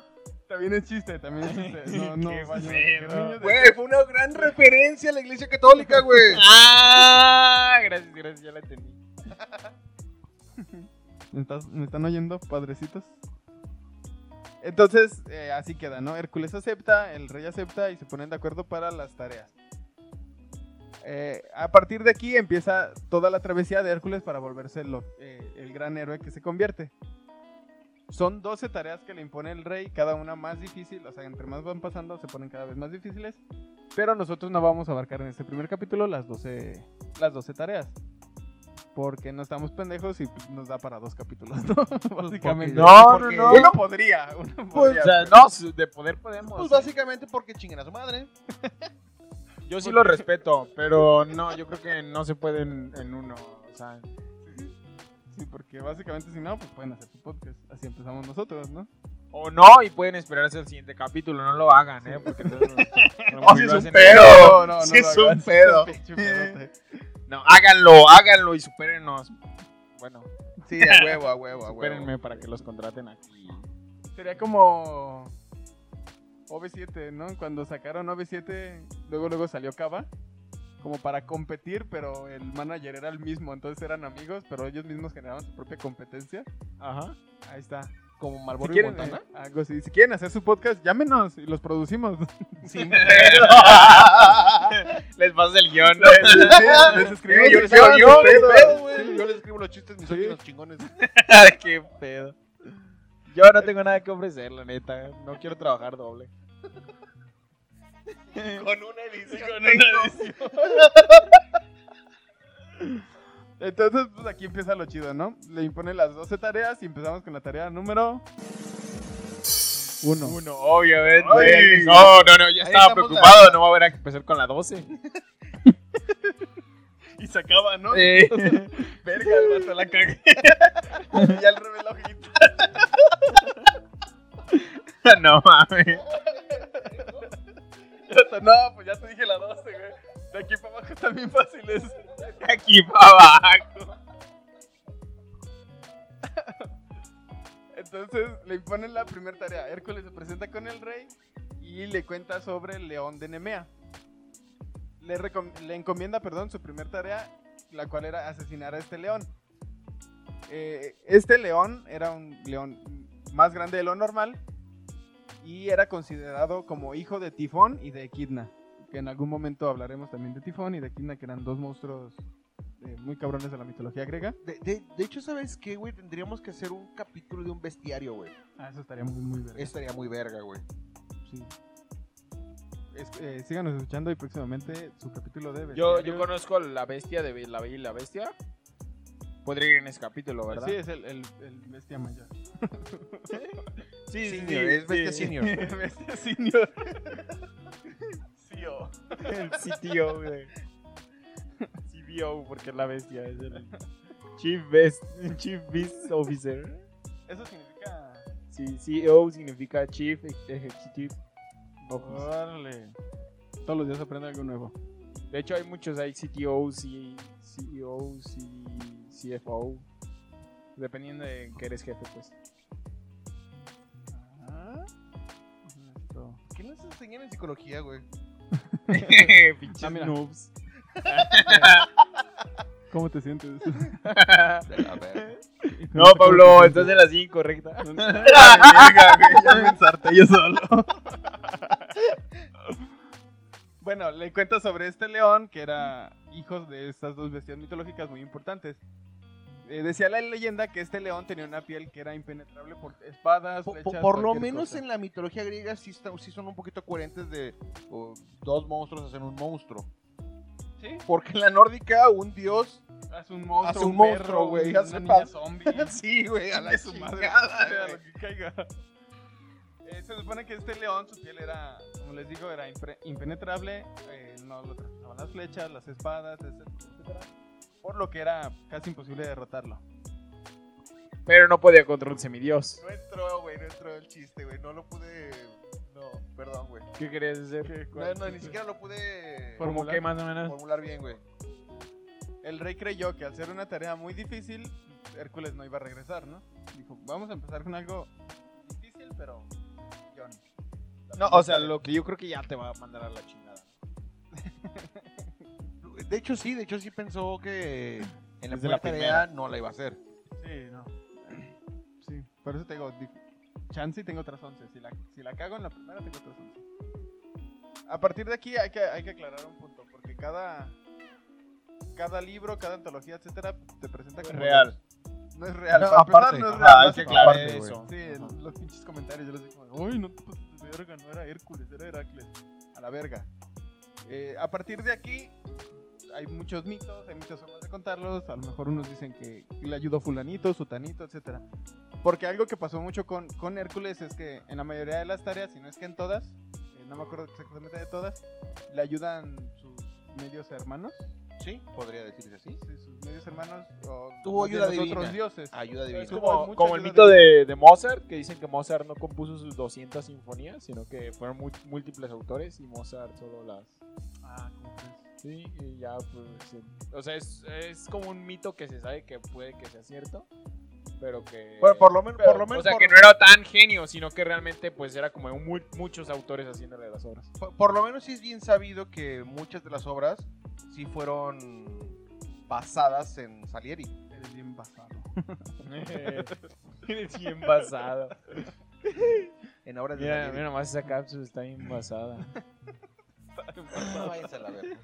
E: También es chiste, también es chiste. No, no,
B: Qué
E: señor,
B: pedo.
E: que niños de-
D: fue una gran referencia a la iglesia católica, güey.
B: Ah, gracias, gracias, ya la entendí.
E: ¿Me, estás- me están oyendo, padrecitos? Entonces, eh, así queda, ¿no? Hércules acepta, el rey acepta y se ponen de acuerdo para las tareas. Eh, a partir de aquí empieza toda la travesía de Hércules para volverse lo- eh, el gran héroe que se convierte. Son 12 tareas que le impone el rey, cada una más difícil, o sea, entre más van pasando se ponen cada vez más difíciles, pero nosotros no vamos a abarcar en este primer capítulo las 12, las 12 tareas. Porque no estamos pendejos y pues, nos da para dos capítulos, ¿no? Básicamente.
B: No,
E: Porque
B: no, no.
E: Uno podría, uno podría.
B: O sea, no, su- de poder podemos.
C: Pues básicamente porque chinguen a su madre.
B: Yo sí lo respeto, pero no, yo creo que no se puede en, en uno. O sea,
E: Sí, porque básicamente si no, pues pueden hacer su podcast. Así empezamos nosotros, ¿no?
B: o no, y pueden esperarse al siguiente capítulo, no lo hagan, ¿eh? Porque entonces, a lo mejor
C: sí es
B: lo
C: un
B: hacen-
C: pedo.
E: No, no,
C: Sí,
E: lo
C: es un
E: hagas.
C: pedo.
E: Pinche pedote.
B: No, háganlo, háganlo y supérenos. Bueno,
C: Sí, a huevo, a
B: Ah,
C: huevo, a huevo.
B: supérenme para que los contraten aquí.
E: Sería como OV7, ¿no? Cuando sacaron OV7, luego luego salió Cava. Como para competir, pero el manager era el mismo, entonces eran amigos, pero ellos mismos generaban su propia competencia.
B: Ajá.
E: Ahí está.
C: Como
E: Si
C: Marlboro y
E: quieren,
C: Montana.
E: eh, algo así. si quieren hacer su podcast, llámenos y los producimos.
C: Sin pedo.
B: Les pasas el guión.
E: Les escribimos
C: yo,
E: y
C: yo,
E: saben
C: yo,
E: su pedo.
C: pedo, güey. yo le escribo los chistes misóginos chingones.
B: Qué pedo. Yo no tengo nada que ofrecer, la neta. No quiero trabajar doble.
C: Con una edición.
E: Entonces, pues aquí empieza lo chido, ¿no? Le impone las 12 tareas y empezamos con la tarea número 1.
B: Uno, obviamente.
C: Ay.
B: No, no, no, ya
C: Ahí
B: estaba
C: estamos
B: preocupado. No va a haber que empezar con la 12.
E: Y se acaba, ¿no?
B: Verga, el vato la cagué.
E: Y al revés la hojita.
B: No mames.
E: No, pues ya te dije la 12, güey. De aquí para abajo también fáciles.
B: Aquí para abajo.
E: Entonces le imponen la primera tarea. Hércules se presenta con el rey y le cuenta sobre el león de Nemea. Le, recom- le encomienda, perdón, su primera tarea, la cual era asesinar a este león. Eh, este león era un león más grande de lo normal y era considerado como hijo de Tifón y de Equidna. Que en algún momento hablaremos también de Tifón y de Equidna, que eran dos monstruos eh, muy cabrones de la mitología griega.
C: De, de- de hecho, ¿sabes qué, güey? Tendríamos que hacer un capítulo de un bestiario, güey.
E: Ah, eso estaría muy, muy verga.
C: Estaría muy verga, güey.
E: Sí. Es- eh, síganos escuchando y próximamente su capítulo de
B: Yo,
E: Bestiarios.
B: yo conozco la bestia de Be- la Bella y la Bestia. Podría ir en ese capítulo, ¿verdad?
E: Sí, es el, el, el bestia mayor.
B: sí, sí,
C: Senior, es bestia
B: sí.
C: senior.
E: bestia senior. sí, oh.
B: El CTO, güey. CBO, porque es la bestia es el Chief Best, Chief Beast Officer.
E: Eso significa...
B: Sí, CEO significa Chief Ex- Executive Officer.
E: Órale. Todos los días aprende algo nuevo.
B: De hecho, hay muchos, hay CTOs y CEOs y CFO. Dependiendo de que eres jefe, pues.
E: Esto.
C: ¿Qué nos enseñan en psicología, güey?
B: Pinches
E: Ah, mira.
B: noobs.
E: ¿Cómo te sientes?
B: No, Pablo, estás en la silla incorrecta.
E: yo solo. bueno, le cuenta sobre este león que era hijo de estas dos bestias mitológicas muy importantes. Eh, decía la leyenda que este león tenía una piel que era impenetrable por espadas,
C: Po- po- Por,
E: flechas,
C: lo
E: cualquier
C: menos
E: cosa.
C: en la mitología griega sí, está- sí son un poquito coherentes de oh, dos monstruos hacen un monstruo.
E: Sí,
C: Porque en la nórdica un dios...
E: hace un monstruo,
C: Hace un
E: perro,
C: monstruo, güey,
E: una
C: hace
E: niña
C: pa-
E: zombie.
C: sí, güey, a la
E: de su madre,
C: chingada,
E: sea,
C: güey.
E: lo que caiga. Eh, se supone que este león, su piel era, como les digo, era impre- impenetrable, eh, no lo trataban las flechas, las espadas, etcétera, etcétera, por lo que era casi imposible derrotarlo.
B: Pero no podía contra un semidios.
C: No entró, güey, no entró el chiste, güey. No lo pude... No, perdón, güey.
B: ¿Qué querías hacer?
C: No, no, ni siquiera lo pude
E: Por-
B: ¿Cómo qué más o menos?
C: formular bien, güey.
E: El rey creyó que al ser una tarea muy difícil, Hércules no iba a regresar, ¿no? Dijo, vamos a empezar con algo difícil, pero... John.
B: No, o sea, lo que yo creo que ya te va a mandar a la chingada.
C: De hecho sí, de hecho sí pensó que en la
B: Desde la
C: primera tarea no la iba a hacer.
E: Sí, no. Sí, por eso te digo, di- chance y tengo otras 11. Si la, si la cago en la primera, tengo otras 11. A partir de aquí hay que, hay que aclarar un punto, porque cada, cada libro, cada antología, etcétera, te presenta como...
B: Real.
E: No es real.
D: No,
E: Para empezar,
D: aparte.
E: no es
D: Ah,
E: real.
B: hay
E: no
B: que
E: es-
B: aclarar
D: Aparte, güey.
B: eso.
E: Sí, en los pinches comentarios yo les digo, uy, no te pases de verga, no era Hércules, era Heracles. A la verga. Eh, a partir de aquí hay muchos mitos, hay muchas formas de contarlos. A lo mejor unos dicen que le ayudó fulanito, sutanito, etcétera. Porque algo que pasó mucho con, con Hércules es que en la mayoría de las tareas, si no es que en todas, eh, no me acuerdo exactamente de todas, le ayudan sus medios hermanos.
C: Sí, podría decirse así.
E: Sí, sus medios hermanos o
C: Tuvo
E: de
C: ayuda
E: los
C: divina.
E: otros dioses.
C: Ayuda divina.
B: Es
E: Tuvo
B: como,
E: mucha
B: como el
E: ayuda
B: mito
E: de-
B: de, de Mozart, que dicen que Mozart no compuso sus 200 sinfonías, sino que fueron mu- múltiples autores y Mozart solo las...
E: Ah, ¿cómo crees?
B: Sí, y ya pues... sí. O sea, es, es como un mito que se sabe que puede que sea cierto, pero que...
D: Bueno, por lo menos,
B: pero-
D: por lo menos,
B: o sea,
D: por-
B: que no era tan genio, sino que realmente pues era como un mu- muchos autores haciéndole las obras.
C: Por, por lo menos sí es bien sabido que muchas de las obras sí fueron basadas en Salieri.
E: Eres bien basado.
B: Eres bien basado.
C: En obras de
B: Mira,
C: Salieri.
B: mira nomás esa cápsula está bien basada.
C: No vayas a la verga.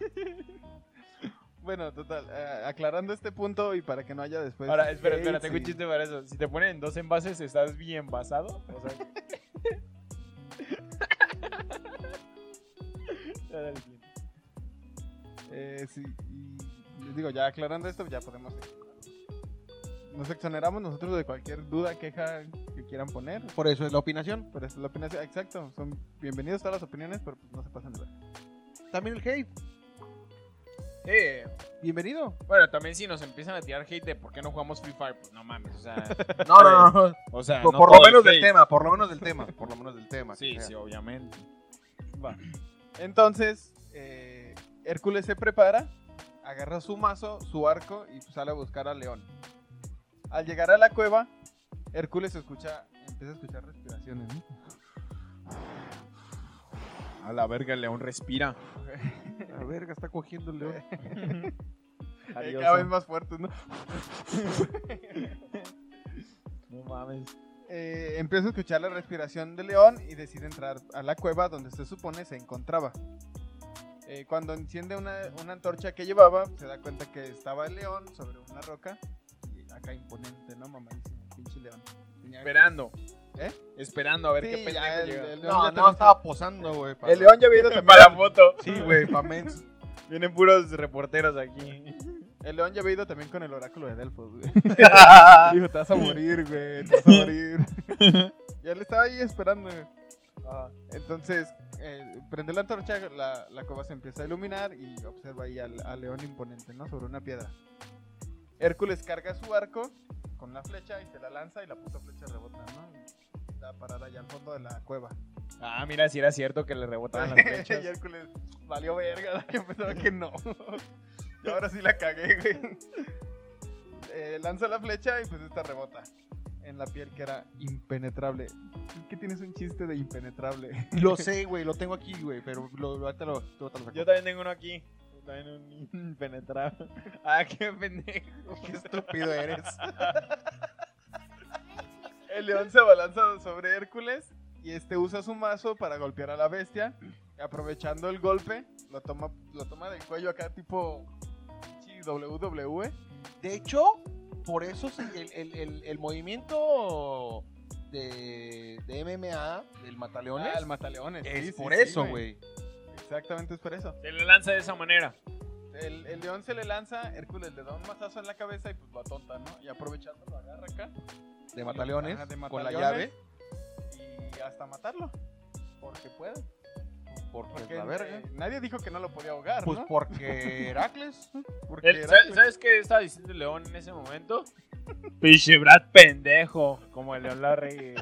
E: Bueno, total, eh, aclarando este punto y para que no haya después.
C: Pues,
B: Ahora, espera, espera,
E: hates
B: tengo un
E: y-
B: chiste para eso. Si te ponen en dos envases, ¿estás bien basado? O sea... Dale al siguiente.
E: eh, sí, y les digo, ya aclarando esto, ya podemos. Nos exoneramos nosotros de cualquier duda, queja que quieran poner.
C: Por eso es la opinación.
E: Pero es la opinión, exacto. Son bienvenidos todas las opiniones, pero pues no se pasan de ver.
C: También el hate.
B: Eh,
C: Bienvenido.
B: bueno, también si nos empiezan a tirar hate de por qué no jugamos Free Fire, pues no mames, o sea,
C: No, no, no.
B: o sea
C: Por,
B: no
C: por
B: todo
C: lo
B: es
C: menos del
B: hate.
C: tema, por lo menos del tema. Por lo menos del tema.
B: Sí,
C: que sea.
B: sí, obviamente.
E: Entonces, eh, Hércules se prepara, agarra su mazo, su arco y pues, sale a buscar al león. Al llegar a la cueva, Hércules escucha, empieza a escuchar respiraciones. ¿no?
B: A la verga, el león respira.
C: La verga, está cogiendo el león.
E: Eh,
B: Adiós.
E: Cada vez más fuertes, ¿no?
B: No mames.
E: Eh, empieza a escuchar la respiración del león y decide entrar a la cueva donde se supone se encontraba. Eh, cuando enciende una, una antorcha que llevaba, se da cuenta que estaba el león sobre una roca. Y acá imponente, ¿no? Mamadísimo, pinche león. Tenía-
B: Esperando.
E: ¿eh?
B: Esperando a ver
E: Sí,
B: qué
E: ya
B: pendejo
E: el-
B: llega.
E: el león
C: No,
E: ya
C: no,
E: también-
C: estaba posando, güey. para-
B: El león ya viene para la foto.
C: Sí, güey, pa' mens.
B: Vienen puros reporteros aquí.
E: El león ya había ido también con el oráculo de Delfos, güey. Dijo, te vas a morir, güey, te vas a morir. ya le estaba ahí esperando, güey. Ah, entonces, eh, prende la antorcha, la, la cueva se empieza a iluminar y observa ahí al, al león imponente, ¿no? Sobre una piedra. Hércules carga su arco con la flecha y se la lanza y la puta flecha rebota, ¿no? Y da parada allá al fondo de la cueva.
B: Ah, mira, si era cierto que le rebotaban las
E: y
B: flechas.
E: Hércules, valió verga, yo pensaba que no. y ahora sí la cagué, güey. Eh, lanza la flecha y pues esta rebota en la piel que era impenetrable. Es que tienes un chiste de impenetrable.
C: Lo sé, güey, lo tengo aquí, güey, pero lo, lo- ahorita lo, tú ahorita lo saco.
B: Yo también tengo uno aquí. Yo También un impenetrable. Ah, qué pendejo.
C: Qué estúpido eres.
E: El león se abalanza sobre Hércules y este usa su mazo para golpear a la bestia. Aprovechando el golpe, lo toma, lo toma del cuello acá tipo sí, WWE.
C: De hecho, por eso se- el, el- el- el movimiento de, de MMA, del mataleones,
E: Ah, el mataleones.
C: es
E: sí, sí,
C: por e-
E: sí,
C: eso, güey.
E: Exactamente es por eso.
B: Se le lanza de esa manera.
E: El, el león se le lanza, Hércules le da un mazazo en la cabeza y pues lo atonta, ¿no? Y aprovechando lo agarra acá
C: de mataleones,
E: Ajá, de
C: con la
E: mataleones.
C: llave,
E: y hasta matarlo. Porque puede.
C: porque,
E: Porque
C: es la verga.
E: eh, nadie dijo que no lo podía ahogar,
C: Pues
E: ¿no?
C: porque Heracles.
E: Porque
B: El-
E: era- pues,
B: ¿sabes- ¿Sabes qué estaba diciendo el león en ese momento? Pinche Brad pendejo. Como el león la rey.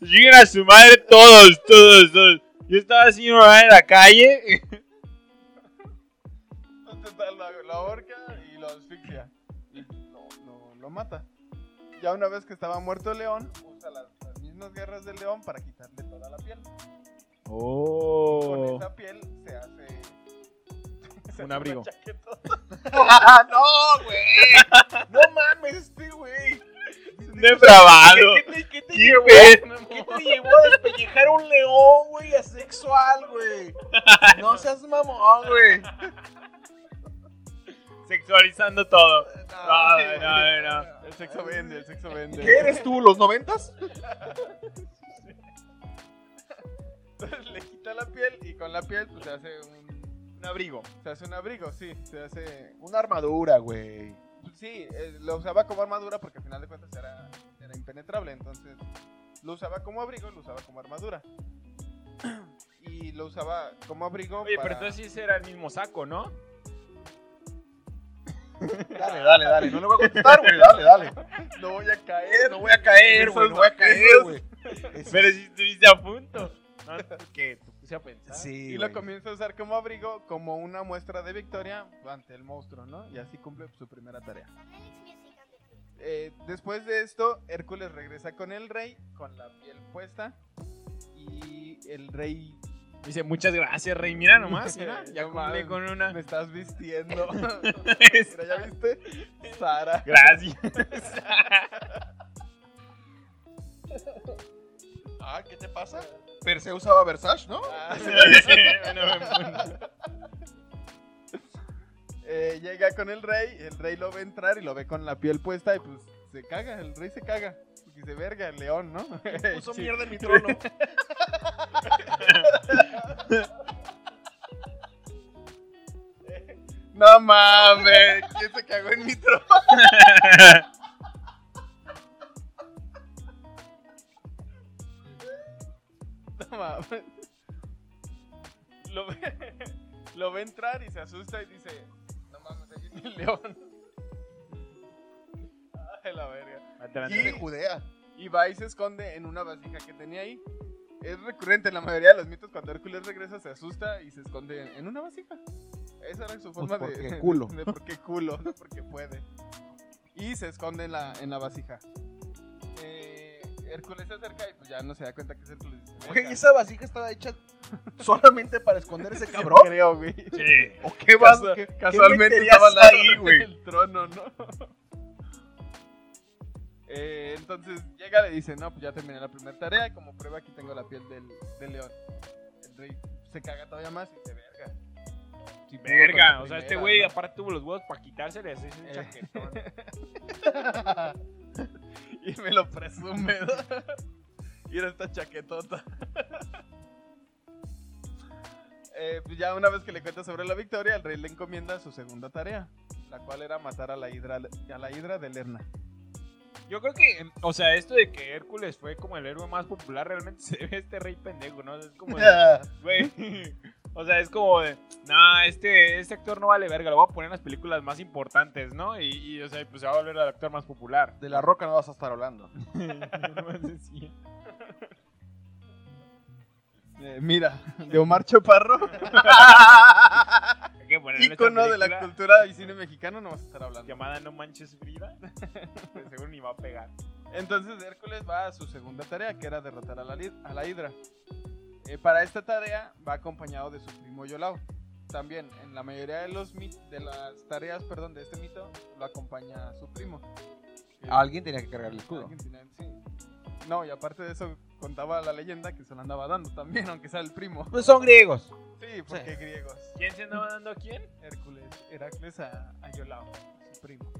B: Lleguen a su madre todos, todos, todos. Yo estaba así en la calle.
E: Total, lo, lo ahorca y lo asfixia. Y lo, lo- lo mata. Ya una vez que estaba muerto el león, usa las, las mismas guerras del león para quitarle toda la piel.
B: Oh. o-
E: con esa piel se hace. se hace
B: Un abrigo.
E: una chaqueta.
C: ¡Ah, no, güey! ¡No mames, este güey!
F: Depravado.
C: ¿Qué te, qué te
F: Qué
C: llevó,
F: bueno.
C: qué te llevó a despellejar a un león, güey, asexual, güey? No seas mamón, güey.
F: Sexualizando todo. No,
C: sí, güey.
F: no, no.
E: El sexo vende, el sexo vende.
C: ¿Qué eres tú, los noventas?
E: Entonces le quita la piel y con la piel pues, se hace un, un abrigo. Se hace un abrigo, sí. Se hace.
C: Una armadura, güey.
E: pues, Sí, eh, lo usaba como armadura porque al final de cuentas era, era impenetrable. Entonces lo usaba como abrigo, lo usaba como armadura. Y lo usaba como abrigo.
B: Oye, pero
E: para-
B: entonces sí ese era el mismo saco, ¿no?
C: Dale, dale, dale. No le voy a contestar, güey. Dale, dale.
E: No voy a caer.
C: No voy a caer, güey. No voy a caer, güey.
F: Pero si estuviste a punto. No, que te puse a pensar.
C: Sí,
E: Y lo comienza a usar como abrigo, como una muestra de victoria ante el monstruo, ¿no? Y así cumple su primera tarea. Eh, después de esto, Hércules regresa con el rey, con la piel puesta. Y el rey
B: Dice, muchas gracias, rey. Mira nomás, mira. Ya
E: No
B: cumplí
E: mames.
B: con una.
E: me estás vistiendo. Mira, ¿ya
F: Gracias.
E: viste? Sara.
C: Ah, ¿qué te pasa? Perseo usaba Versace, ¿no?
E: Eh, llega con el rey, el rey lo ve entrar y lo ve con la piel puesta y pues se caga, el rey se caga. Porque dice, verga, el león, ¿no?
C: Puso
E: Sí.
C: mierda en mi trono.
E: No mames, ¿quién se cagó en mi trono? No mames. Lo ve, lo ve entrar y se asusta y dice, no mames, ahí viene el león. Ay, la verga.
C: Y de Judea.
E: Y va y se esconde en una vasija que tenía ahí. Es recurrente en la mayoría de los mitos cuando Hércules regresa se asusta y se esconde en- en una vasija. Esa era
C: Pues
E: su forma de-
D: porque
E: de
D: culo.
E: De porque culo, no porque puede. Y se esconde en la, en la vasija. Eh, Hércules se acerca y pues ya no se da cuenta que es Hércules.
C: Güey,
E: Venga.
C: esa vasija estaba hecha solamente para esconder ese cabrón.
E: Creo, güey.
F: Sí.
C: ¿O qué vas?
E: Casu-
C: ¿Qué- qué
E: Casualmente
C: meterías
E: estaba al lado
C: ahí, güey?
E: del trono, ¿no? Eh, entonces llega, le dice, no, pues ya terminé la primera tarea y como prueba aquí tengo la piel del, del león. El rey se caga todavía más y se verga. Sí pudo con
B: Verga,
E: la
B: o sea, este
E: primera,
B: güey
E: ¿no?
B: aparte tuvo los huevos para quitárselo y así es un
E: Eh.
B: chaquetón.
E: y me lo presume. ¿no? Y era esta chaquetota. Eh, pues ya una vez que le cuenta sobre la victoria, el rey le encomienda su segunda tarea, la cual era matar a la hidra, a la hidra de Lerna.
B: Yo creo que, em, o sea, esto de que Hércules fue como el héroe más popular, realmente se ve este rey pendejo, ¿no? O sea, es como, de, güey, o sea, es como de, nah, este, este actor no vale verga, lo voy a poner en las películas más importantes, ¿no? Y, y, o sea, pues se va a volver al actor más popular.
C: De la roca no vas a estar hablando.
B: Nomás decía.
E: Eh, mira, de Omar Chaparro,
B: Hay que ponerle esta
E: ícono de la
B: película
E: cultura y cine mexicano, no vas a estar hablando.
B: Llamada No Manches Frida, que seguro ni va a pegar.
E: Entonces Hércules va a su segunda tarea, que era derrotar a la, lid- a la Hidra. Eh, para esta tarea va acompañado de su primo Yolao. También en la mayoría de los mit- de las tareas, perdón, de este mito lo acompaña su primo.
D: Alguien tenía que cargar el escudo.
E: Alguien tiene- sí. No, y aparte de eso contaba la leyenda que se lo andaba dando también, aunque sea el primo.
D: Pues son griegos.
E: Sí, porque griegos.
B: ¿Quién se andaba dando a quién?
E: Hércules, Heracles a, a Yolao, su primo.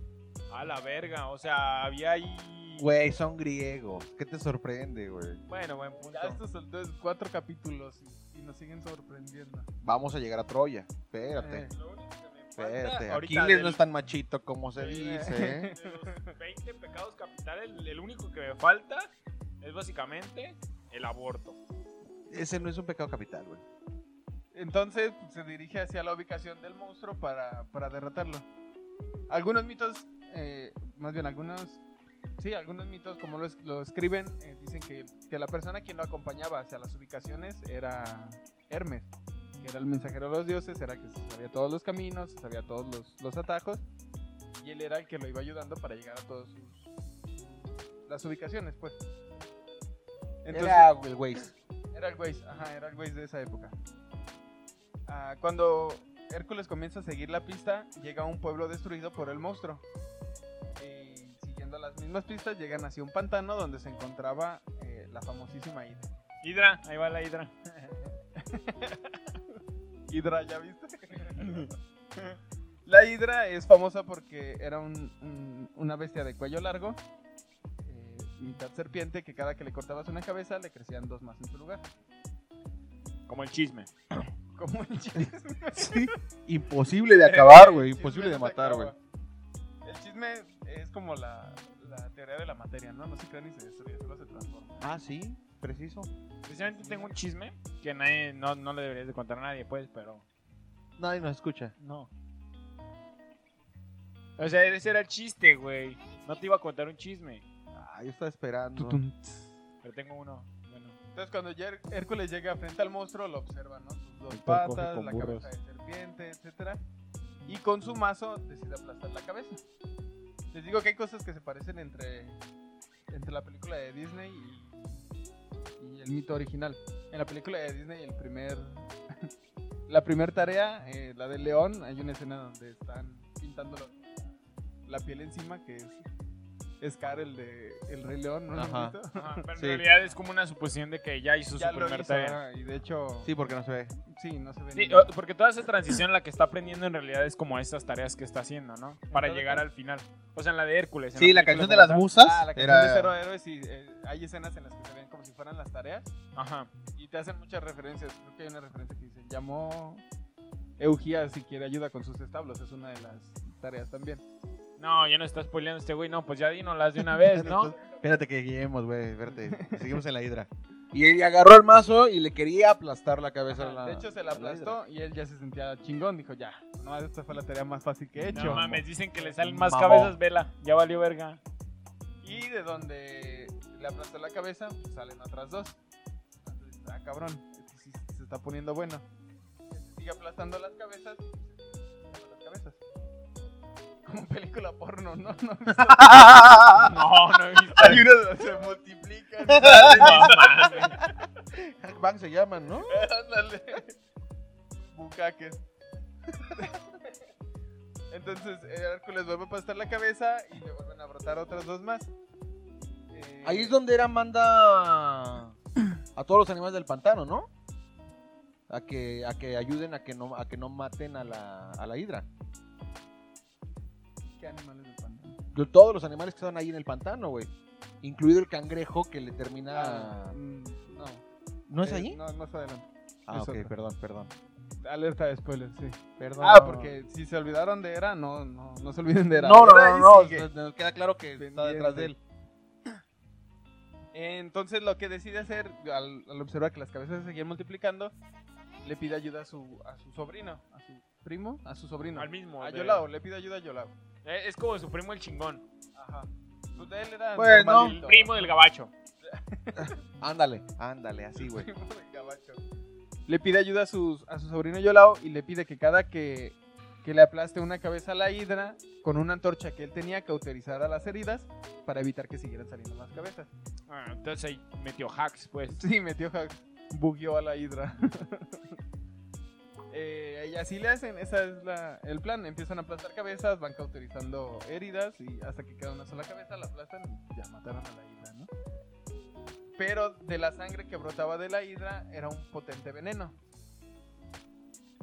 B: A la verga, o sea, había ahí...
D: Güey, son griegos. ¿Qué te sorprende, güey?
B: Bueno, buen punto.
E: Ya estos son entonces cuatro capítulos y, y nos siguen sorprendiendo.
D: Vamos a llegar a Troya. Espérate.
E: Eh.
B: Lo único que me falta
D: Espérate,
B: ahorita
D: Aquiles
B: del-
D: no es tan machito como se
E: Sí,
D: dice. ¿eh?
B: de los 20 pecados capitales, el, el único que me falta es básicamente el aborto.
D: Ese no es un pecado capital, güey.
E: Entonces se dirige hacia la ubicación del monstruo para, para derrotarlo. Algunos mitos, eh, más bien algunos, sí, algunos mitos como lo, es- lo escriben, eh, dicen que, que la persona quien lo acompañaba hacia las ubicaciones era Hermes, que era el mensajero de los dioses, era el que se sabía todos los caminos, se sabía todos los, los atajos, y él era el que lo iba ayudando para llegar a todas las ubicaciones, pues. Entonces-
D: Era el güey.
E: era el Waze, ajá, era el Waze de esa época. Ah, cuando Hércules comienza a seguir la pista, llega a un pueblo destruido por el monstruo. Y siguiendo las mismas pistas, llegan hacia un pantano donde se encontraba eh, la famosísima Hidra.
B: Hidra, ahí va la Hidra.
E: Hidra, ¿ya viste? la Hidra es famosa porque era un- un- una bestia de cuello largo, eh, mitad serpiente, que cada que le cortabas una cabeza le crecían dos más en su lugar.
B: Como el chisme.
E: Como el chisme.
D: Sí. Imposible de acabar, güey.
E: El chisme
D: Imposible
E: no
D: de
E: se
D: matar,
E: acaba.
D: güey.
E: El chisme es como la, la teoría de la materia, ¿no? No se crea ni se destruye, solo se transforma.
D: Ah, sí. Preciso.
B: Precisamente tengo un chisme que nadie, no, no le deberías de contar a nadie, pues, pero
D: Nadie nos escucha.
B: no. O sea, ese era el chiste, güey. No te iba a contar un chisme,
D: Ah, yo estaba esperando.
B: pero tengo uno. Bueno,
E: Entonces, cuando ya Her- Hércules llega frente al monstruo, lo observa, ¿no? Sus dos
G: El perro coge
E: patas,
G: con
E: la
G: burros.
E: cabeza de serpiente, etcétera. Y con su mazo decide aplastar la cabeza. Les digo que hay cosas que se parecen entre, entre la película de Disney y, y el mito original. En la película de Disney, el primer, la primera tarea, eh, la del león, hay una escena donde están pintando la- la piel encima, que es Scar, el de El Rey León, ¿no? lo han
D: Ajá.
E: visto?
B: Ajá, pero en
D: Sí.
B: realidad es como una suposición de que ya hizo
E: Ya
B: su
E: lo
B: primer
E: hizo,
B: tarea.
E: ajá, Ah, y de hecho...
D: Sí, porque no se ve.
E: Sí, no se ve.
B: Sí,
E: ni-
B: o- porque toda esa transición la que está aprendiendo en realidad es como estas tareas que está haciendo, ¿no? Para
E: Entonces,
B: llegar al final. O sea, en la de Hércules. en
D: Sí, la
B: película
D: canción de
B: como
D: las
B: tal.
D: musas.
E: Ah, la canción
D: era...
E: de Cero Héroes y eh, hay escenas en las que se ven como si fueran las tareas
B: Ajá.
E: y te hacen muchas referencias. Creo que hay una referencia que dice, llamó Eugía si quiere ayuda con sus establos, es una de las tareas también.
B: No, ya no está spoileando este güey. No, pues ya las de una vez, ¿no?
D: Espérate que lleguemos, güey. Espérate. Seguimos en la hidra.
C: Y él agarró el mazo y le quería aplastar la cabeza a la.
E: de hecho se la
C: a la
E: aplastó y él ya se sentía chingón, dijo, ya, no, esta fue la tarea más fácil que he hecho.
B: No mames, dicen que le salen más
D: Mamó.
B: cabezas, vela. Ya valió verga.
E: Y de donde le aplastó la cabeza, pues, salen otras dos. Entonces, ah, cabrón, esto sí se está poniendo bueno. Este Sigue aplastando las cabezas. aplastando las cabezas. Como película porno, ¿no? no
B: No, no he visto.
C: Hay una donde se multiplican. Hackbang se llaman, ¿no?
E: Ándale. Bucaques. Entonces, eh, Hércules vuelve a aplastar la cabeza y le vuelven a brotar otras dos más. Eh,
C: Ahí es donde era manda a todos los animales del pantano, ¿no? A que, a que ayuden a que no, a que no maten a la, a la hidra.
E: ¿Qué animales del pantano?
C: De Todos los animales que estaban ahí en el pantano, güey. Incluido el cangrejo que le termina.
E: Ah, mm, no.
C: ¿No es
E: Eh,
C: ahí?
E: No, no es adelante.
C: Ah,
E: es
C: ok,
E: otra.
C: perdón, perdón.
E: Alerta de spoilers, sí.
C: Perdón.
E: Ah, porque si se olvidaron de Era, no, no, no se olviden de Era.
C: No, no,
E: Hera
C: no,
E: ahí
C: no,
E: sigue.
C: nos- Nos queda claro que está detrás de él.
E: Entonces lo que decide hacer, al, al observar que las cabezas se seguían multiplicando, le pide ayuda a su, a su sobrino, a su primo, a su sobrino.
B: Al mismo.
E: a
B: de-
E: Yolao, le pide ayuda a Yolao.
B: Eh, Es como su primo el chingón.
E: Ajá. Pues de él era
D: Pues, no.
B: El primo del gabacho.
C: Ándale, ándale, así, güey.
E: primo del gabacho. Le pide ayuda a su, a su sobrino Yolao y le pide que cada que, que le aplaste una cabeza a la hidra, con una antorcha que él tenía, cauterizara las heridas para evitar que siguieran saliendo más cabezas.
B: Ah, entonces ahí metió hacks, pues.
E: Sí, metió hack. Bugueó a la hidra. Eh, y así le hacen, ese es la- el plan. Empiezan a aplastar cabezas, van cauterizando heridas y hasta que queda una sola cabeza la aplastan y ya mataron a la hidra, ¿no? Pero de la sangre que brotaba de la hidra era un potente veneno.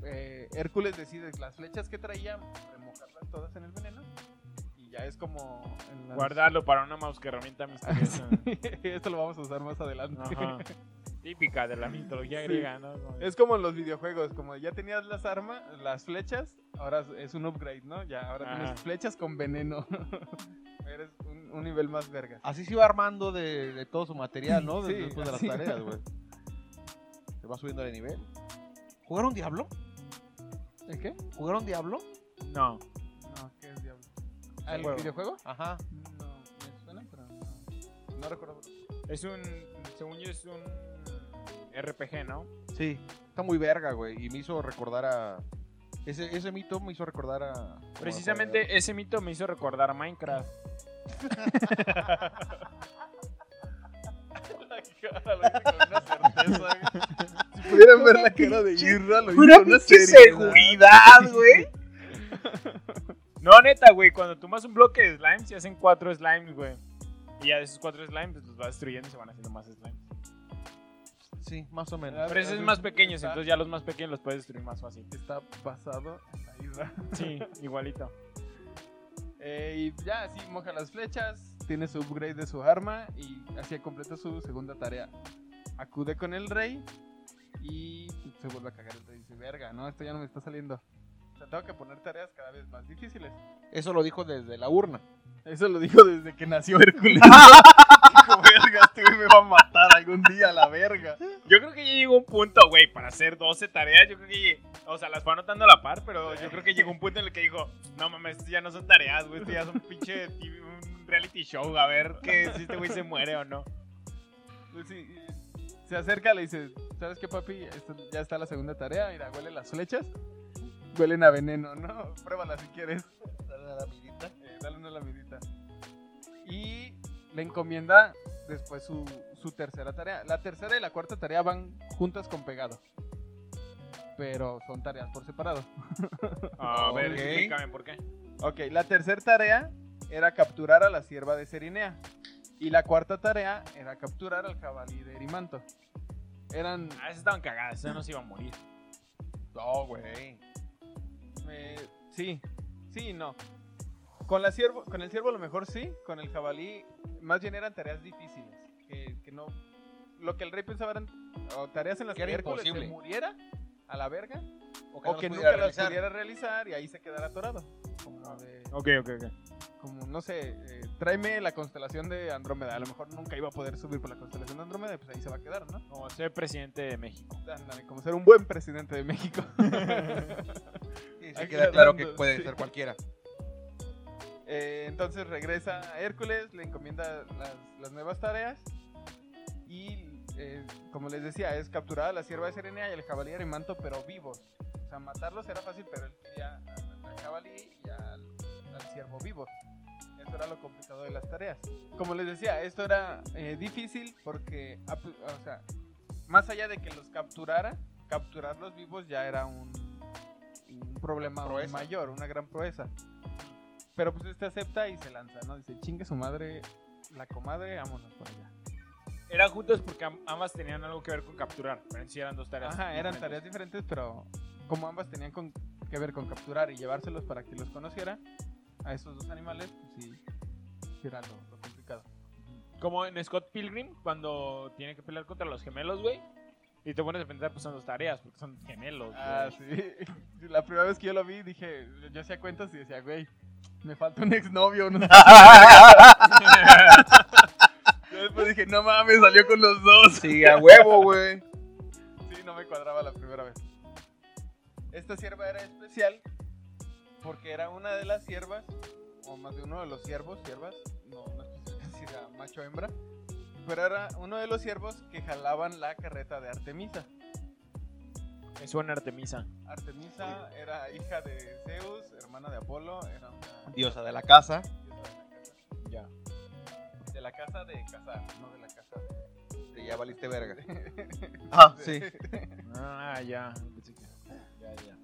E: Eh, Hércules decide las flechas que traía, remojarlas todas en el veneno y ya es como... en las-
B: Guardarlo para una mouse que herramienta misteriosa.
E: Esto lo vamos a usar más adelante.
B: Ajá. Típica de la mitología
E: Sí.
B: griega, ¿no? Como-
E: Es como en los videojuegos, como ya tenías las armas, las flechas, ahora es un upgrade, ¿no? Ya ahora
B: Ajá.
E: tienes flechas con veneno. Eres un, un nivel más verga.
C: Así se iba armando de, de todo su material, ¿no? De-
E: Sí,
C: Después de las
E: así.
C: tareas, güey. Se va subiendo de nivel. ¿Jugaron Diablo?
E: ¿El qué?
C: ¿Jugaron Diablo?
B: No.
E: No, ¿qué es diablo? ¿El Ah.
C: juego.
E: videojuego?
C: Ajá.
E: No, me suena, pero no. No recuerdo.
B: Es un. Según yo, es un. RPG, ¿no?
C: Sí. Está muy verga, güey. Y me hizo recordar a. Ese, ese mito me hizo recordar a.
B: Precisamente ese mito me hizo recordar a Minecraft.
E: La cara, lo hice con una certeza. güey. Si
D: pudieran ver la cara de Irra, lo hizo una
B: seguridad, güey. No, neta, güey, cuando tumbas un bloque de slimes, se hacen cuatro slimes, güey. Y ya de esos cuatro slimes, pues los vas destruyendo y se van haciendo más slimes.
C: Sí, más o menos.
B: Pero esos es más pequeños, entonces ya los más pequeños los puedes destruir más fácil.
E: Está basado en la isla.
B: Sí, igualito.
E: Eh, y ya, así moja las flechas, tiene su upgrade de su arma y así completa su segunda tarea. Acude con el rey y se vuelve a cagar. Y dice, verga, no, esto ya no me está saliendo. O sea, tengo que poner tareas cada vez más difíciles.
C: Eso lo dijo desde la urna.
E: Eso lo dijo desde que nació Hércules. Dijo, verga, este güey me va a matar algún día, la verga.
B: Yo creo que ya llegó un punto, güey, para hacer 12 tareas. Yo creo que, llegué- o sea, las fue anotando a la par, pero yo creo que llegó un punto en el que dijo: No mames, esto ya no son tareas, güey, esto ya son pinche TV un reality show. A ver que si este güey se muere o no.
E: Pues sí, y se acerca, le dice, ¿sabes qué, papi? Esto ya está la segunda tarea. Mira, huele las flechas. Huelen a veneno, ¿no? Pruébala si quieres.
C: Dale la lamidita.
E: Eh, dale una lamidita. Y le encomienda después su, su tercera tarea. La tercera y la cuarta tarea van juntas con pegado. Pero son tareas por separado.
B: A ver,
C: Ok.
B: explícame por qué.
E: Ok, la tercera tarea era capturar a la sierva de Serinea. Y la cuarta tarea era capturar al jabalí de Erimanto. Eran.
B: Ah, esas estaban cagadas, esas no se iban a morir.
C: No, güey.
E: eh, sí, sí, y no. Con, la ciervo, con el ciervo a lo mejor sí, con el jabalí más bien eran tareas difíciles. Que, que no. Lo que el rey pensaba eran o tareas en las
C: Que
E: que
C: era
E: Hércules se
C: imposible.
E: muriera a la verga
C: O
E: o
C: no
E: que
C: los
E: nunca
C: pudiera
E: las
C: realizar.
E: pudiera realizar y ahí se quedara atorado. Como de-
B: Ok, ok, ok.
E: como no sé, eh, tráeme la constelación de Andrómeda. A lo mejor nunca iba a poder subir por la constelación de Andrómeda, y pues ahí se va a quedar, ¿no?
B: Como ser presidente de México.
E: Ándale, como ser un buen presidente de México.
C: Sí, sí
E: Aquí
C: queda claro que
E: hablando,
C: puede
E: sí.
C: ser cualquiera.
E: Eh, entonces regresa a Hércules, le encomienda las, las nuevas tareas y, eh, como les decía, es capturada la sierva de Serenea y el jabalí de Arimanto, pero vivos. O sea, matarlos era fácil, pero él quería al- al jabalí y al, al ciervo vivo. Eso era lo complicado de las tareas. Como les decía, esto era eh, difícil porque, a pu- o sea, más allá de que los capturara, capturarlos vivos ya era un, un problema
C: Proeza.
E: mayor, una gran proeza. Pero pues este acepta y se lanza, ¿no? Dice, chingue su madre, la comadre, vámonos para allá.
B: Eran juntos porque am- ambas tenían algo que ver con capturar, pero en sí eran dos tareas.
E: Ajá, eran
B: diferentes.
E: tareas diferentes, pero como ambas tenían con- que ver con capturar y llevárselos para que los conociera, a esos dos animales, pues sí, sí era lo, lo complicado.
B: Como en Scott Pilgrim, cuando tiene que pelear contra los gemelos, güey. Y te pones a pensar, pues son dos tareas, porque son gemelos.
E: Ah,
B: güey.
E: sí. La primera vez que yo lo vi, dije, yo hacía cuentas y decía, güey, me falta un exnovio. No sé". Yo después dije, no mames, salió con los dos.
D: Sí, a huevo, güey.
E: Sí, no me cuadraba la primera vez. Esta sierva era especial porque era una de las siervas, o más de uno de los siervos, siervas, no, no especifica si era macho o hembra, pero era uno de los siervos que jalaban la carreta de Artemisa.
B: Me suena Artemisa.
E: Artemisa era hija de Zeus, hermana de Apolo, era una
D: Diosa de la casa.
E: Ya. De la casa de cazar, no de la casa de...
C: Sí, ya valiste verga.
D: Ah, sí.
B: Ah, ya. pensé que- Ya, ya.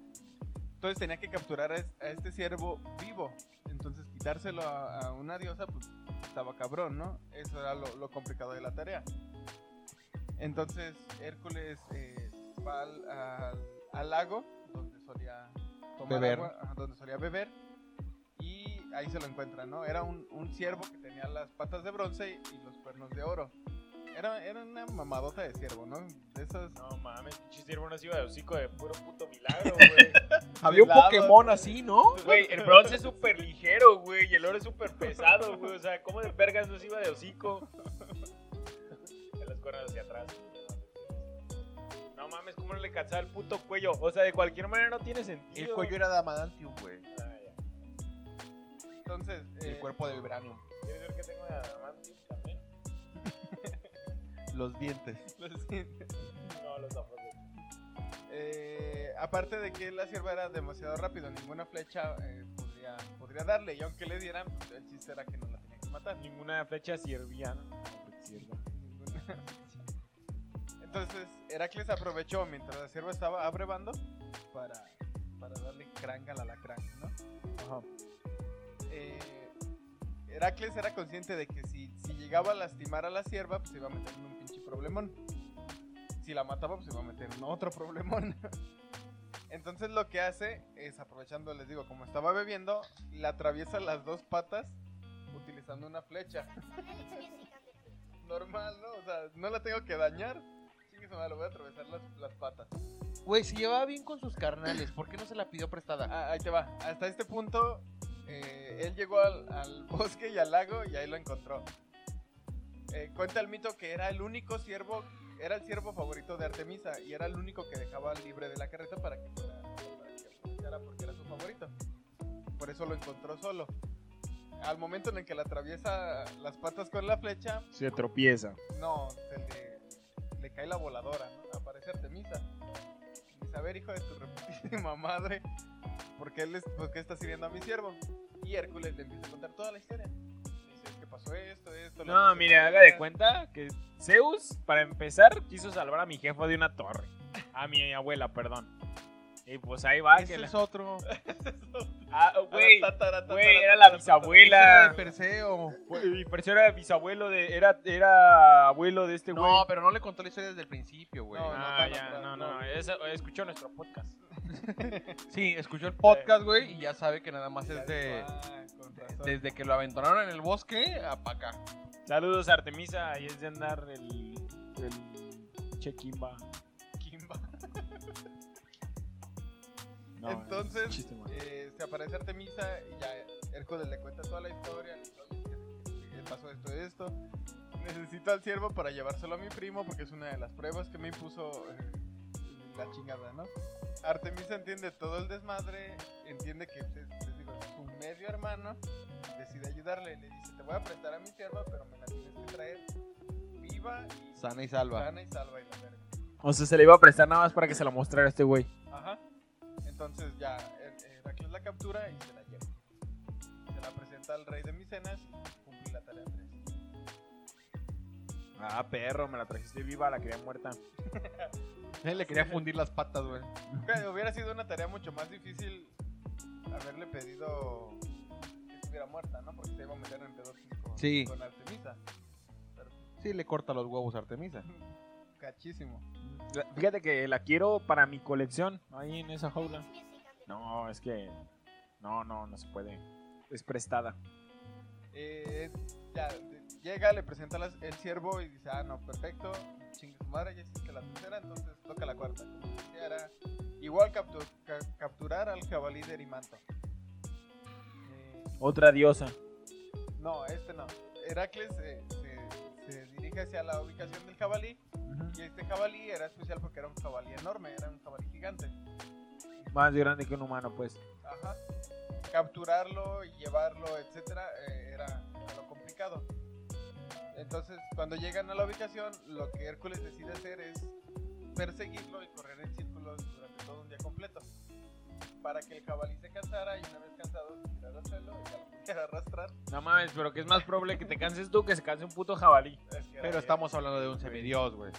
E: Entonces tenía que capturar a es- a este ciervo vivo. Entonces quitárselo a, a una diosa, pues estaba cabrón, ¿no? Eso era lo, lo complicado de la tarea. Entonces Hércules eh, va al, al- al lago, donde solía tomar
C: Beber.
E: agua, ajá, donde solía beber. Y ahí se lo encuentra, ¿no? Era un, un ciervo que tenía las patas de bronce y, los cuernos de oro. Era, era una mamadota de ciervo, ¿no? De esas...
B: No mames, pinche siervo no se iba de hocico de puro puto milagro, güey.
C: Había un
E: Pelado,
C: Pokémon
E: güey.
C: así, ¿no?
B: Güey, el bronce es súper ligero, güey, y el oro es súper pesado, güey. O sea, ¿cómo de vergas no se iba de hocico? Se los cuernos hacia atrás. güey. No mames, ¿cómo no le calzaba el puto cuello? O sea, de cualquier manera no tiene sentido.
C: El cuello era de Amadantium, güey.
B: Ah, ya.
E: Entonces...
C: El
E: eh,
C: cuerpo de Vibranium.
B: ¿Quieres ver que tengo de adamantium también?
C: Los dientes.
E: los-
B: No, los ojos. güey.
E: Eh, aparte de que la sierva era demasiado rápido, ninguna flecha eh, podría, podría darle. Y aunque le dieran, pues, el chiste era que no la tenía que matar.
B: Ninguna flecha sirvía, ¿no? Sirva.
E: Ninguna. Entonces Heracles aprovechó mientras la sierva estaba abrevando para, para darle cranga al alacrán, ¿no? Eh, Heracles era consciente de que si, si llegaba a lastimar a la sierva, pues se iba a meter en un pinche problemón. Si la mataba, pues se iba a meter en otro problemón. Entonces lo que hace es, aprovechando, les digo, como estaba bebiendo, le atraviesa las dos patas utilizando una flecha. Normal, ¿no? O sea, no la tengo que dañar. Chingue su madre, le voy a atravesar las, las patas.
C: Güey, si llevaba bien con sus carnales, ¿por qué no se la pidió prestada?
E: Ah, ahí te va. Hasta este punto, eh, él llegó al, al bosque y al lago y ahí lo encontró. Eh, cuenta el mito que era el único siervo, era el siervo favorito de Artemisa y era el único que dejaba libre de la carreta para que fuera, para que aprovechara porque era su favorito. Por eso lo encontró solo. Al momento en el que le atraviesa las patas con la flecha,
B: Se tropieza.
E: no, se le, le cae la voladora, ¿no? Aparece Artemisa. Y dice, a ver, hijo de tu reputísima madre, ¿por qué, él es- por qué estás hiriendo a mi siervo? Y Hércules le empieza a contar toda la historia. Le Dice, es que pasó esto, esto. las
B: No, mire, haga de
E: consecuencias".
B: cuenta que Zeus, para empezar, quiso salvar a mi jefa de una torre. A mi abuela, perdón. Y pues ahí va. Que
C: Ese
B: la-
C: es otro.
B: Ah, güey, güey, era la
E: Tatara, tatara, tatara, tatara.
C: Ese era de
B: bisabuela.
C: Perseo.
B: Güey, Mi persona era bisabuelo de. Era, era abuelo de este güey.
C: No, pero no le contó la historia desde el principio, güey.
E: No,
B: Ah,
E: tan
B: ya,
E: atrás,
B: no,
E: no.
B: no, eso- escuchó nuestro podcast.
C: Sí, escuchó el podcast, güey, y ya sabe que nada más
E: Ya
C: es de.
E: dijo, "Ah, con razón".
C: Desde que lo aventaron en el bosque a pa' acá.
B: Saludos a Artemisa, y es de andar el. el Chequimba.
E: Kimba.
B: No,
E: Entonces,
B: es chiste, güey.
E: eh, se aparece Artemisa y ya Hércules le cuenta toda la historia. le dice, "Oye, fíjate que pasó esto, esto. Necesito al siervo para llevárselo a mi primo porque es una de las pruebas que me impuso eh, la chingada, ¿no? Artemisa entiende todo el desmadre, entiende que pues, es- les digo, es su medio hermano, decide ayudarle. Le dice: Te voy a prestar a mi sierva, pero me la tienes que traer viva y
C: Sana y salva.
E: sana y salva y la verga.
B: O sea, se le iba a prestar nada más para que se la mostrara a este güey.
E: Ajá. Entonces ya Her- Heracles la captura y se la lleva. Se la presenta al rey de Micenas y cumplí la tarea 3.
B: Ah, perro, me la trajiste viva, la quería muerta.
C: Él le quería fundir las patas, güey.
E: Hubiera sido una tarea mucho más difícil haberle pedido que estuviera muerta, ¿no? Porque se iba a meter en pedos con,
D: Sí.
E: con Artemisa.
C: Sí, le corta los huevos a Artemisa.
E: Cachísimo.
B: La- Fíjate que la quiero para mi colección, ahí en esa jaula. No, es que. No, no, no se puede. Es prestada.
E: Eh, ya, de- llega, le presenta las- el ciervo y dice, ah, no, perfecto, chingue su madre, ya hiciste la tercera, entonces toca la cuarta. Como decía, era igual captu- ca- capturar al jabalí de Erimanto. Eh,
B: Otra diosa.
E: no, este no. Heracles eh, se, se dirige hacia la ubicación del jabalí y este jabalí era especial porque era un jabalí enorme, era un jabalí gigante.
B: Más grande que un humano, pues.
E: Ajá. Capturarlo y llevarlo, etcétera, eh, era, era lo complicado. Entonces, cuando llegan a la ubicación, lo que Hércules decide hacer es perseguirlo y correr en círculos durante todo un día completo. Para que el jabalí se cansara y una vez cansado se tirara al suelo y ya lo pudiera arrastrar.
B: No mames, pero que es más probable que te canses tú que se canse un puto jabalí.
E: Es que
C: Pero
E: era bien.
C: estamos hablando de un semidios, güey.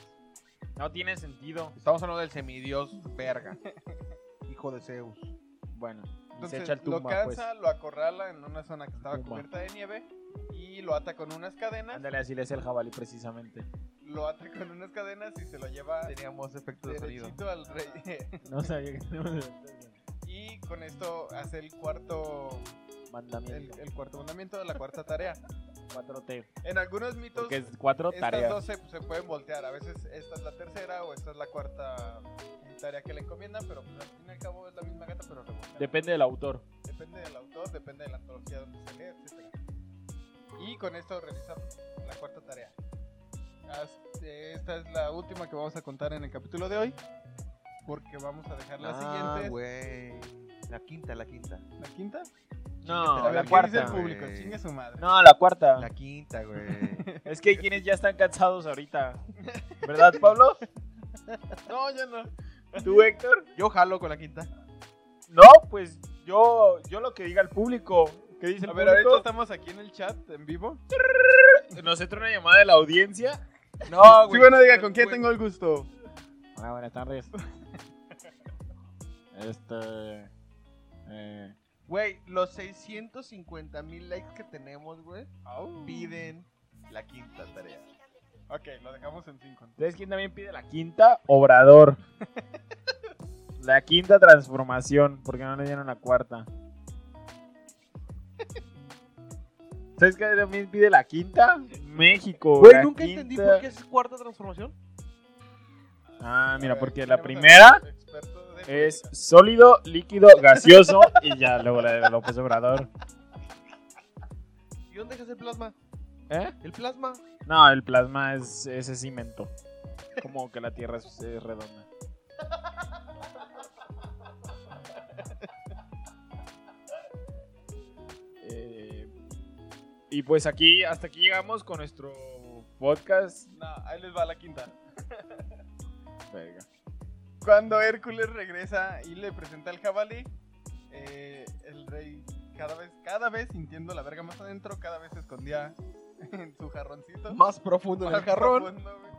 B: No tiene sentido.
C: Estamos hablando del semidios verga. Hijo de Zeus.
B: Bueno, y
E: Entonces,
B: se echa el
E: lo
B: tumba, pues.
E: cansa, lo acorrala en una zona que estaba
B: Tumba.
E: cubierta de nieve y lo ata con unas cadenas.
B: Ándale, así le hace el jabalí precisamente.
E: Lo ata con unas cadenas y se lo lleva
C: Teníamos efectos de sonido.
E: derechito al rey.
B: No sabía que tenemos
E: Y con esto hace el cuarto el,
B: mandamiento.
E: el cuarto mandamiento de la cuarta tarea.
B: 4T.
E: En algunos mitos
B: Porque es cuatro
E: estas
B: tareas.
E: dos se, se pueden voltear. A veces esta es la tercera o esta es la cuarta tarea que le encomiendan, pero pues, al fin y al cabo es la misma gata, pero revolteada.
B: Depende del autor.
E: Depende del autor, depende de la antología donde se lee, etc. Y con esto realiza la cuarta tarea. Haz- eh, Esta es la última que vamos a contar en el capítulo de hoy, porque vamos a dejar la
D: Ah,
E: siguiente.
D: güey. La quinta, la quinta.
E: ¿La quinta?
B: No,
D: A
E: ¿Qué
B: la
D: ver,
E: dice el
B: cuarta.
D: güey.
E: público? Chingue su madre.
B: No, la
C: Ah.
B: cuarta.
D: La quinta, güey.
B: Es que hay quienes ya están cansados ahorita. ¿Verdad, Pablo?
E: No, ya no.
B: ¿Tú, Héctor?
C: Yo jalo con la quinta.
B: No, pues yo, yo lo que diga el público. ¿Qué dice el
E: A ver, ahorita
B: público?
E: estamos aquí en el chat, en vivo.
B: Nos entra una llamada de la audiencia. No,
E: Sí, bueno, diga, ¿con quién tengo el gusto?
B: Hola, Ah, buenas tardes. Este. eh,
C: Güey, los 650 mil likes que tenemos, güey,
E: Au.
C: piden la quinta tarea.
E: Ok, lo dejamos en 5.
B: ¿Sabes quién también pide la quinta? Obrador. La quinta transformación, porque no le dieron la cuarta. ¿Sabes quién también pide la quinta? México.
C: Güey,
B: la
C: nunca entendí
B: quinta.
C: por qué es cuarta transformación.
B: Ah, mira,
E: A ver,
B: porque
E: tenemos
B: la
E: al
B: primera Eh.
E: experto de
B: es sólido, líquido, gaseoso y ya luego la de López Obrador.
C: ¿Y dónde dejas el plasma?
B: ¿Eh?
C: El plasma.
B: No, el plasma es ese cimento. Como que la Tierra es, es redonda. Eh, y pues aquí, hasta aquí llegamos con nuestro podcast.
E: política. No, ahí les va la quinta.
B: Verga.
E: Cuando Hércules regresa y le presenta al jabalí, eh, el rey cada vez, cada vez sintiendo la verga más adentro, cada vez se escondía en su jarroncito.
C: Más profundo en el
E: Más
C: jarrón.
E: profundo, güey.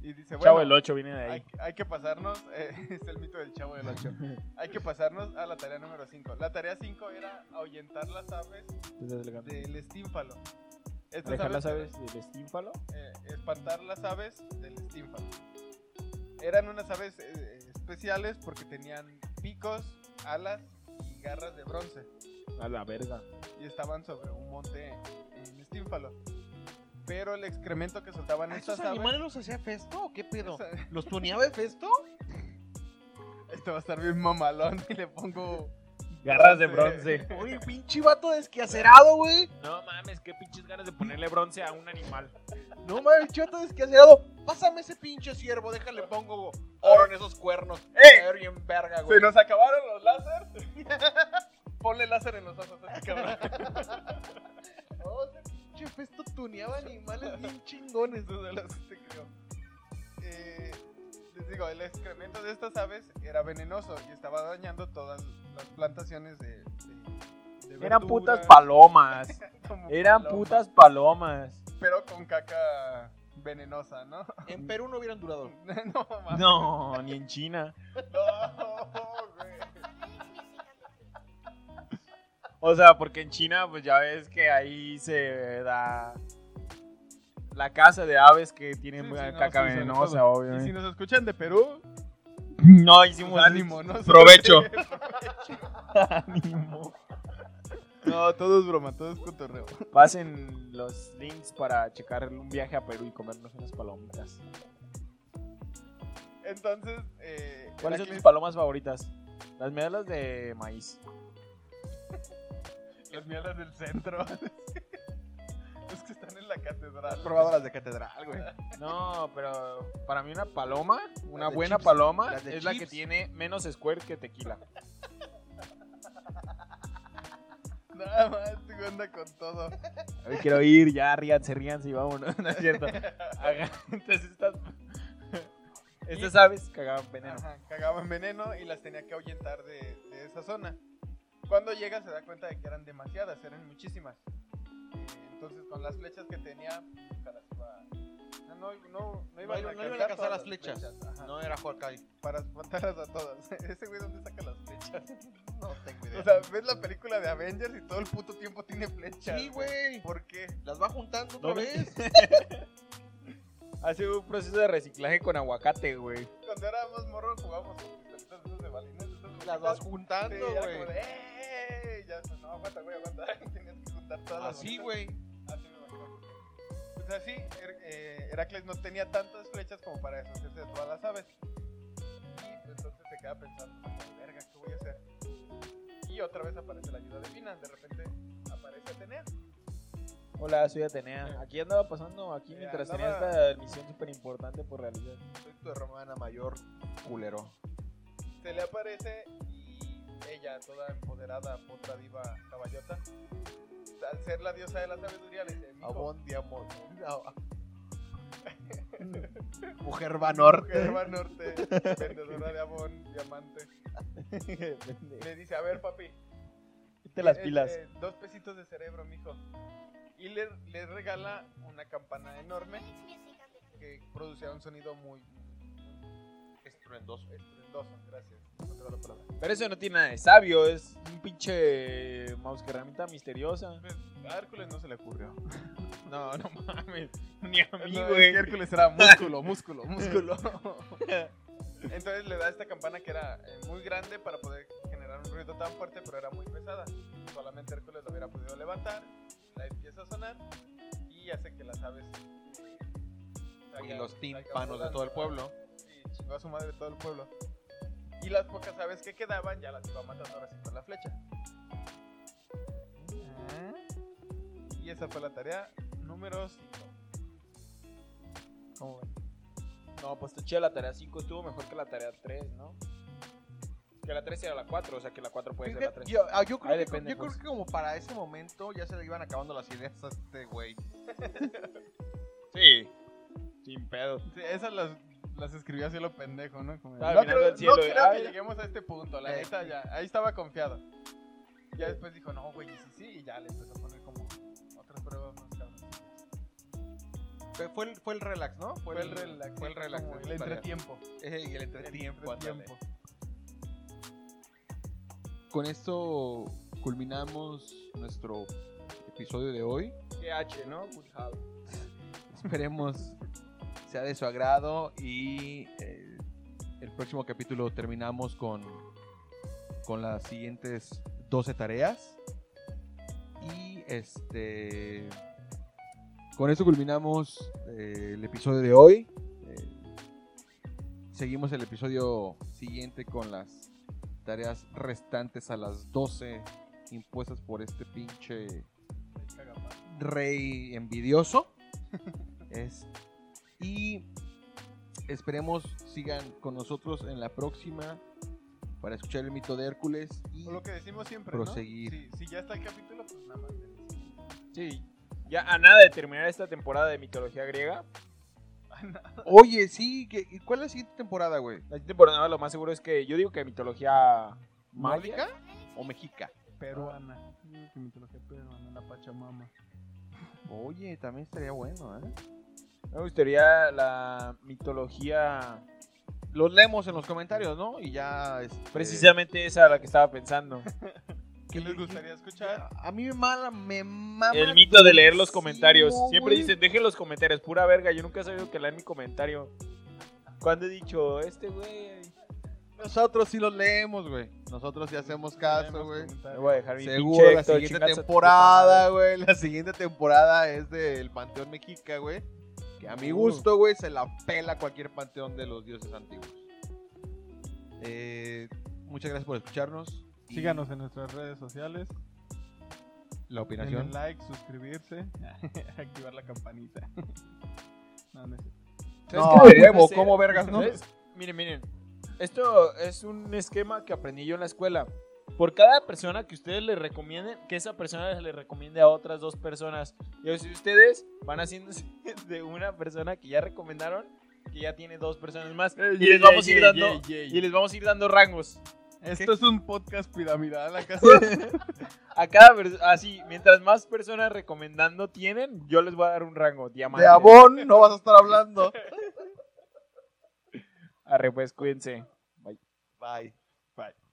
E: y dice,
B: Chavo el
E: bueno,
B: 8 viene de ahí.
E: hay, hay que pasarnos, eh, es el mito del chavo del 8, hay que pasarnos a la tarea número 5. La tarea 5 era ahuyentar las aves del estímpalo. Estas
B: Dejar las aves del estímpalo.
E: eh, espantar las aves del estínfalo. Eran unas aves eh, especiales porque tenían picos, alas y garras de bronce
B: A la verga.
E: y estaban sobre un monte en estínfalo. Pero el excremento que soltaban
C: ¿A
E: estas
C: Ah, ¿Esos
E: aves...
C: animales los hacía festo o qué pedo?
E: Esa-
C: ¿Los tuneaba de festo?
E: Este va a estar bien mamalón y le pongo...
B: Garras de
E: Bronce.
B: bronce.
C: Oye, pinche vato desquacerado, güey.
F: No mames, qué pinches ganas de ponerle bronce a un animal.
C: No mames, pinche vato desquacerado. Pásame ese pinche ciervo, déjale, pongo oro en esos cuernos.
E: ¡Eh!
C: A ver, bien verga, güey.
E: ¡Se nos acabaron los láser! Ponle láser en los ojos a ese cabrón.
C: Oh, ese pinche festo tuneaba animales bien chingones.
E: Eso de los que te creo. Eh, les digo, el excremento de estas aves era venenoso y estaba dañando todas las plantaciones de. de- de
B: Eran
E: verduras,
B: putas palomas.
E: como
B: Eran
E: palomas,
B: putas palomas.
E: Pero con caca venenosa, ¿no?
C: En Perú no hubieran durado.
E: no, mames.
B: No, ni en China.
E: No, güey.
B: O sea, porque en China, pues ya ves que ahí se da la casa de aves que tienen
E: Sí, sí,
B: eh,
E: no,
B: caca
E: sí, sobre
B: venenosa,
E: todo. Y
B: obviamente.
E: si nos escuchan de Perú,
B: No
E: pues
B: hicimos
E: ánimo, ¿no?
B: Provecho.
E: ánimo. No, todo es broma, todo es cotorreo.
B: Pasen los links para checar un viaje a Perú y comernos unas palomitas.
E: Entonces, eh,
B: ¿Cuáles son
E: Heracles-
B: tus palomas favoritas? Las medallas de maíz.
E: Las mierdas del centro. Los que están en la catedral.
C: Probadoras de catedral, güey.
B: No, pero para mí una paloma, una
C: Las de
B: buena
C: chips.
B: paloma, es
C: Las de
B: la que
C: chips.
B: tiene menos square que tequila.
E: Nada más, te anda con todo.
B: A ver, quiero ir, ya ríanse, ríanse y vámonos, no es cierto. Ajá, Entonces estas, estas aves cagaban veneno.
E: Ajá, cagaban veneno y las tenía que ahuyentar de, de esa zona. Cuando llega se da cuenta de que eran demasiadas, eran muchísimas. Eh, Entonces con las flechas que tenía, puta, las iba- no, no, no, no iban
C: iba-
E: a
C: no iban a
E: alcanzar
C: alcanzar
E: todas
C: las flechas.
E: ajá,
C: No era Hawkeye.
E: Para espantarlas a todas. Ese güey, ¿dónde saca las flechas?
C: No tengo idea.
E: O sea, ves la película de Avengers y todo el puto tiempo tiene flechas.
C: sí, güey.
E: ¿Por qué?
C: Las va juntando otra
B: No me-
C: vez.
B: Hace un proceso de reciclaje con aguacate, güey.
E: Cuando éramos morros jugábamos con pistolitas esas de balines. esas
C: Las vas
E: bolitas. Sí,
C: juntando,
E: era
C: güey.
E: como de, "Eh", y Ya, pues, no, aguanta, güey, aguanta. Tenías que juntar todas las
C: Así,
E: bolitas.
C: güey.
E: Así me imagino. Pues así, Her- eh, Heracles no tenía tantas flechas como para deshacerse de todas las aves. Y entonces se queda pensando, como, verga, ¿qué voy a hacer? Y otra vez aparece la ayuda divina. De repente aparece Atenea.
B: Hola, soy Atenea. Aquí andaba pasando, aquí
E: Eh,
B: mientras
E: andaba-
B: tenía esta misión súper importante por realizar.
C: Soy tu hermana mayor, culero.
E: se le aparece y ella, toda empoderada, potra diva caballota, al ser la diosa de la sabiduría, le dice: "Mijo,
C: Abón de amor. Mujer Vanor.
E: mujer va norte, vendedora de abón, diamante. Le dice: A ver, papi,
B: Quite las
E: eh,
B: pilas.
E: eh, dos pesitos de cerebro, mijo. Y le, le regala una campana enorme que producía un sonido muy
C: Estruendoso.
E: estruendoso. Gracias. No tengo la palabra.
B: Pero eso no tiene nada de sabio, es un pinche mouse que herramienta misteriosa.
E: Pues, a Hércules no se le ocurrió.
B: No, no mames, ni a mí,
E: No,
B: güey.
E: es que Hércules era músculo, músculo, músculo. Entonces le da esta campana que era eh, muy grande para poder generar un ruido tan fuerte, pero era muy pesada. Solamente Hércules la hubiera podido levantar, la empieza a sonar y hace que las aves. eh,
C: Y
E: salgan-
C: los
E: salgan
C: tímpanos de todo el
E: volando.
C: pueblo.
E: Sí, chingó a su madre todo el pueblo. Y las pocas aves que quedaban ya las iba matando ahora sí con la flecha. Ah, Y esa fue la tarea número 5.
B: ¿Cómo ven? No, pues está chida la tarea 5, estuvo mejor que la tarea 3, ¿no? Que la 3 era la 4, o sea que la 4 puede ser la
C: Fíjate,
B: 3.
C: Yo, ah, yo creo,
B: Ahí
C: que,
B: depende,
C: yo creo
B: pues.
C: que como para
E: este
C: ese momento ya se le iban acabando las ideas a este güey. sí.
B: Sin pedo.
E: Sí, esas las, las escribió así lo pendejo, ¿no? Como,
B: Estaba
E: no
B: mirando
E: creo,
B: al cielo,
E: no
B: y,
E: creo
B: "Ay".
E: que lleguemos a este punto, la
C: Eh.
E: neta ya. Ahí estaba confiado. Ya después dijo, no, güey, y sí, sí, y ya le empezó a poner como otras pruebas más cabronas.
C: Fue- Fue el, fue el relax, ¿no?
E: Fue el relax.
C: Fue el relax.
E: como
C: de
E: El
C: esa tarea.
E: entretiempo.
C: Eh, y el
E: El
C: entretiempo. ándale.
E: entretiempo.
C: Con esto culminamos nuestro episodio de hoy.
B: Qué H, ¿no? Good job.
C: Esperemos sea de su agrado y eh, el próximo capítulo terminamos con, con las siguientes 12 tareas. Y este con esto culminamos eh, el episodio de hoy. Eh, seguimos el episodio siguiente con las tareas restantes a las 12 impuestas por este pinche rey envidioso. Es- y esperemos sigan con nosotros en la próxima para escuchar el mito de Hércules. Y
E: O Lo que decimos siempre,
C: Proseguir.
E: ¿no? Si, si ya está el capítulo, pues nada más.
B: Sí. Ya a nada de terminar esta temporada de mitología griega.
C: Oye, sí, ¿qué- y ¿cuál es la siguiente temporada, güey?
B: La siguiente temporada lo más seguro es que yo digo que mitología
C: ¿Nórdica
B: maya.
C: o Mexica?
E: Peruana. Mm, que mitología peruana, la Pachamama.
C: Oye, también estaría bueno, ¿eh?
B: Me gustaría la mitología
C: Los leemos en los comentarios, ¿no? Y ya... este,
B: precisamente esa a la que estaba pensando.
E: ¿Qué les gustaría escuchar?
C: A mí me mala, me mama
B: El mito de leer los
C: durísimo,
B: comentarios. Siempre
C: güey.
B: dicen, dejen los comentarios, pura verga. Yo nunca he sabido que lean mi comentario. Cuando he dicho, este güey,
C: Nosotros sí los leemos, güey. Nosotros sí hacemos caso,
E: Leemos
C: güey.
B: le
E: comentarios.
B: voy a dejar mi
C: Seguro,
B: pinche
C: la
B: Héctor,
C: siguiente
B: chingas a tu
C: temporada,
B: puta madre.
C: güey. La siguiente temporada es del Panteón Mexica, güey. Que a mi
B: Uh.
C: gusto, güey, se la pela cualquier panteón de los dioses antiguos. Eh, muchas gracias por escucharnos. y
E: Síganos en nuestras redes sociales.
C: La
E: Denle
C: opinación.
E: like, suscribirse, activar la campanita. No, no es cierto.
B: ¿Sabes qué debería
C: huevo,
B: hacer?
C: ¿cómo vergas, no?
B: ¿Sabes? Miren, miren. Esto es un esquema que aprendí yo en la escuela. Por cada persona que ustedes le recomienden, que esa persona le recomiende a otras dos personas. Y si ustedes van haciéndose de una persona que ya recomendaron, que ya tiene dos personas más.
C: Eh,
B: Y les vamos a ir dando, y les vamos a ir dando rangos.
E: Esto es un podcast piramidal, ¿acaso?
B: A cada pers- así, mientras más personas recomendando tienen, yo les voy a dar un rango. Diamante.
C: De Abón no vas a estar hablando.
B: Arre, pues, cuídense.
C: Bye.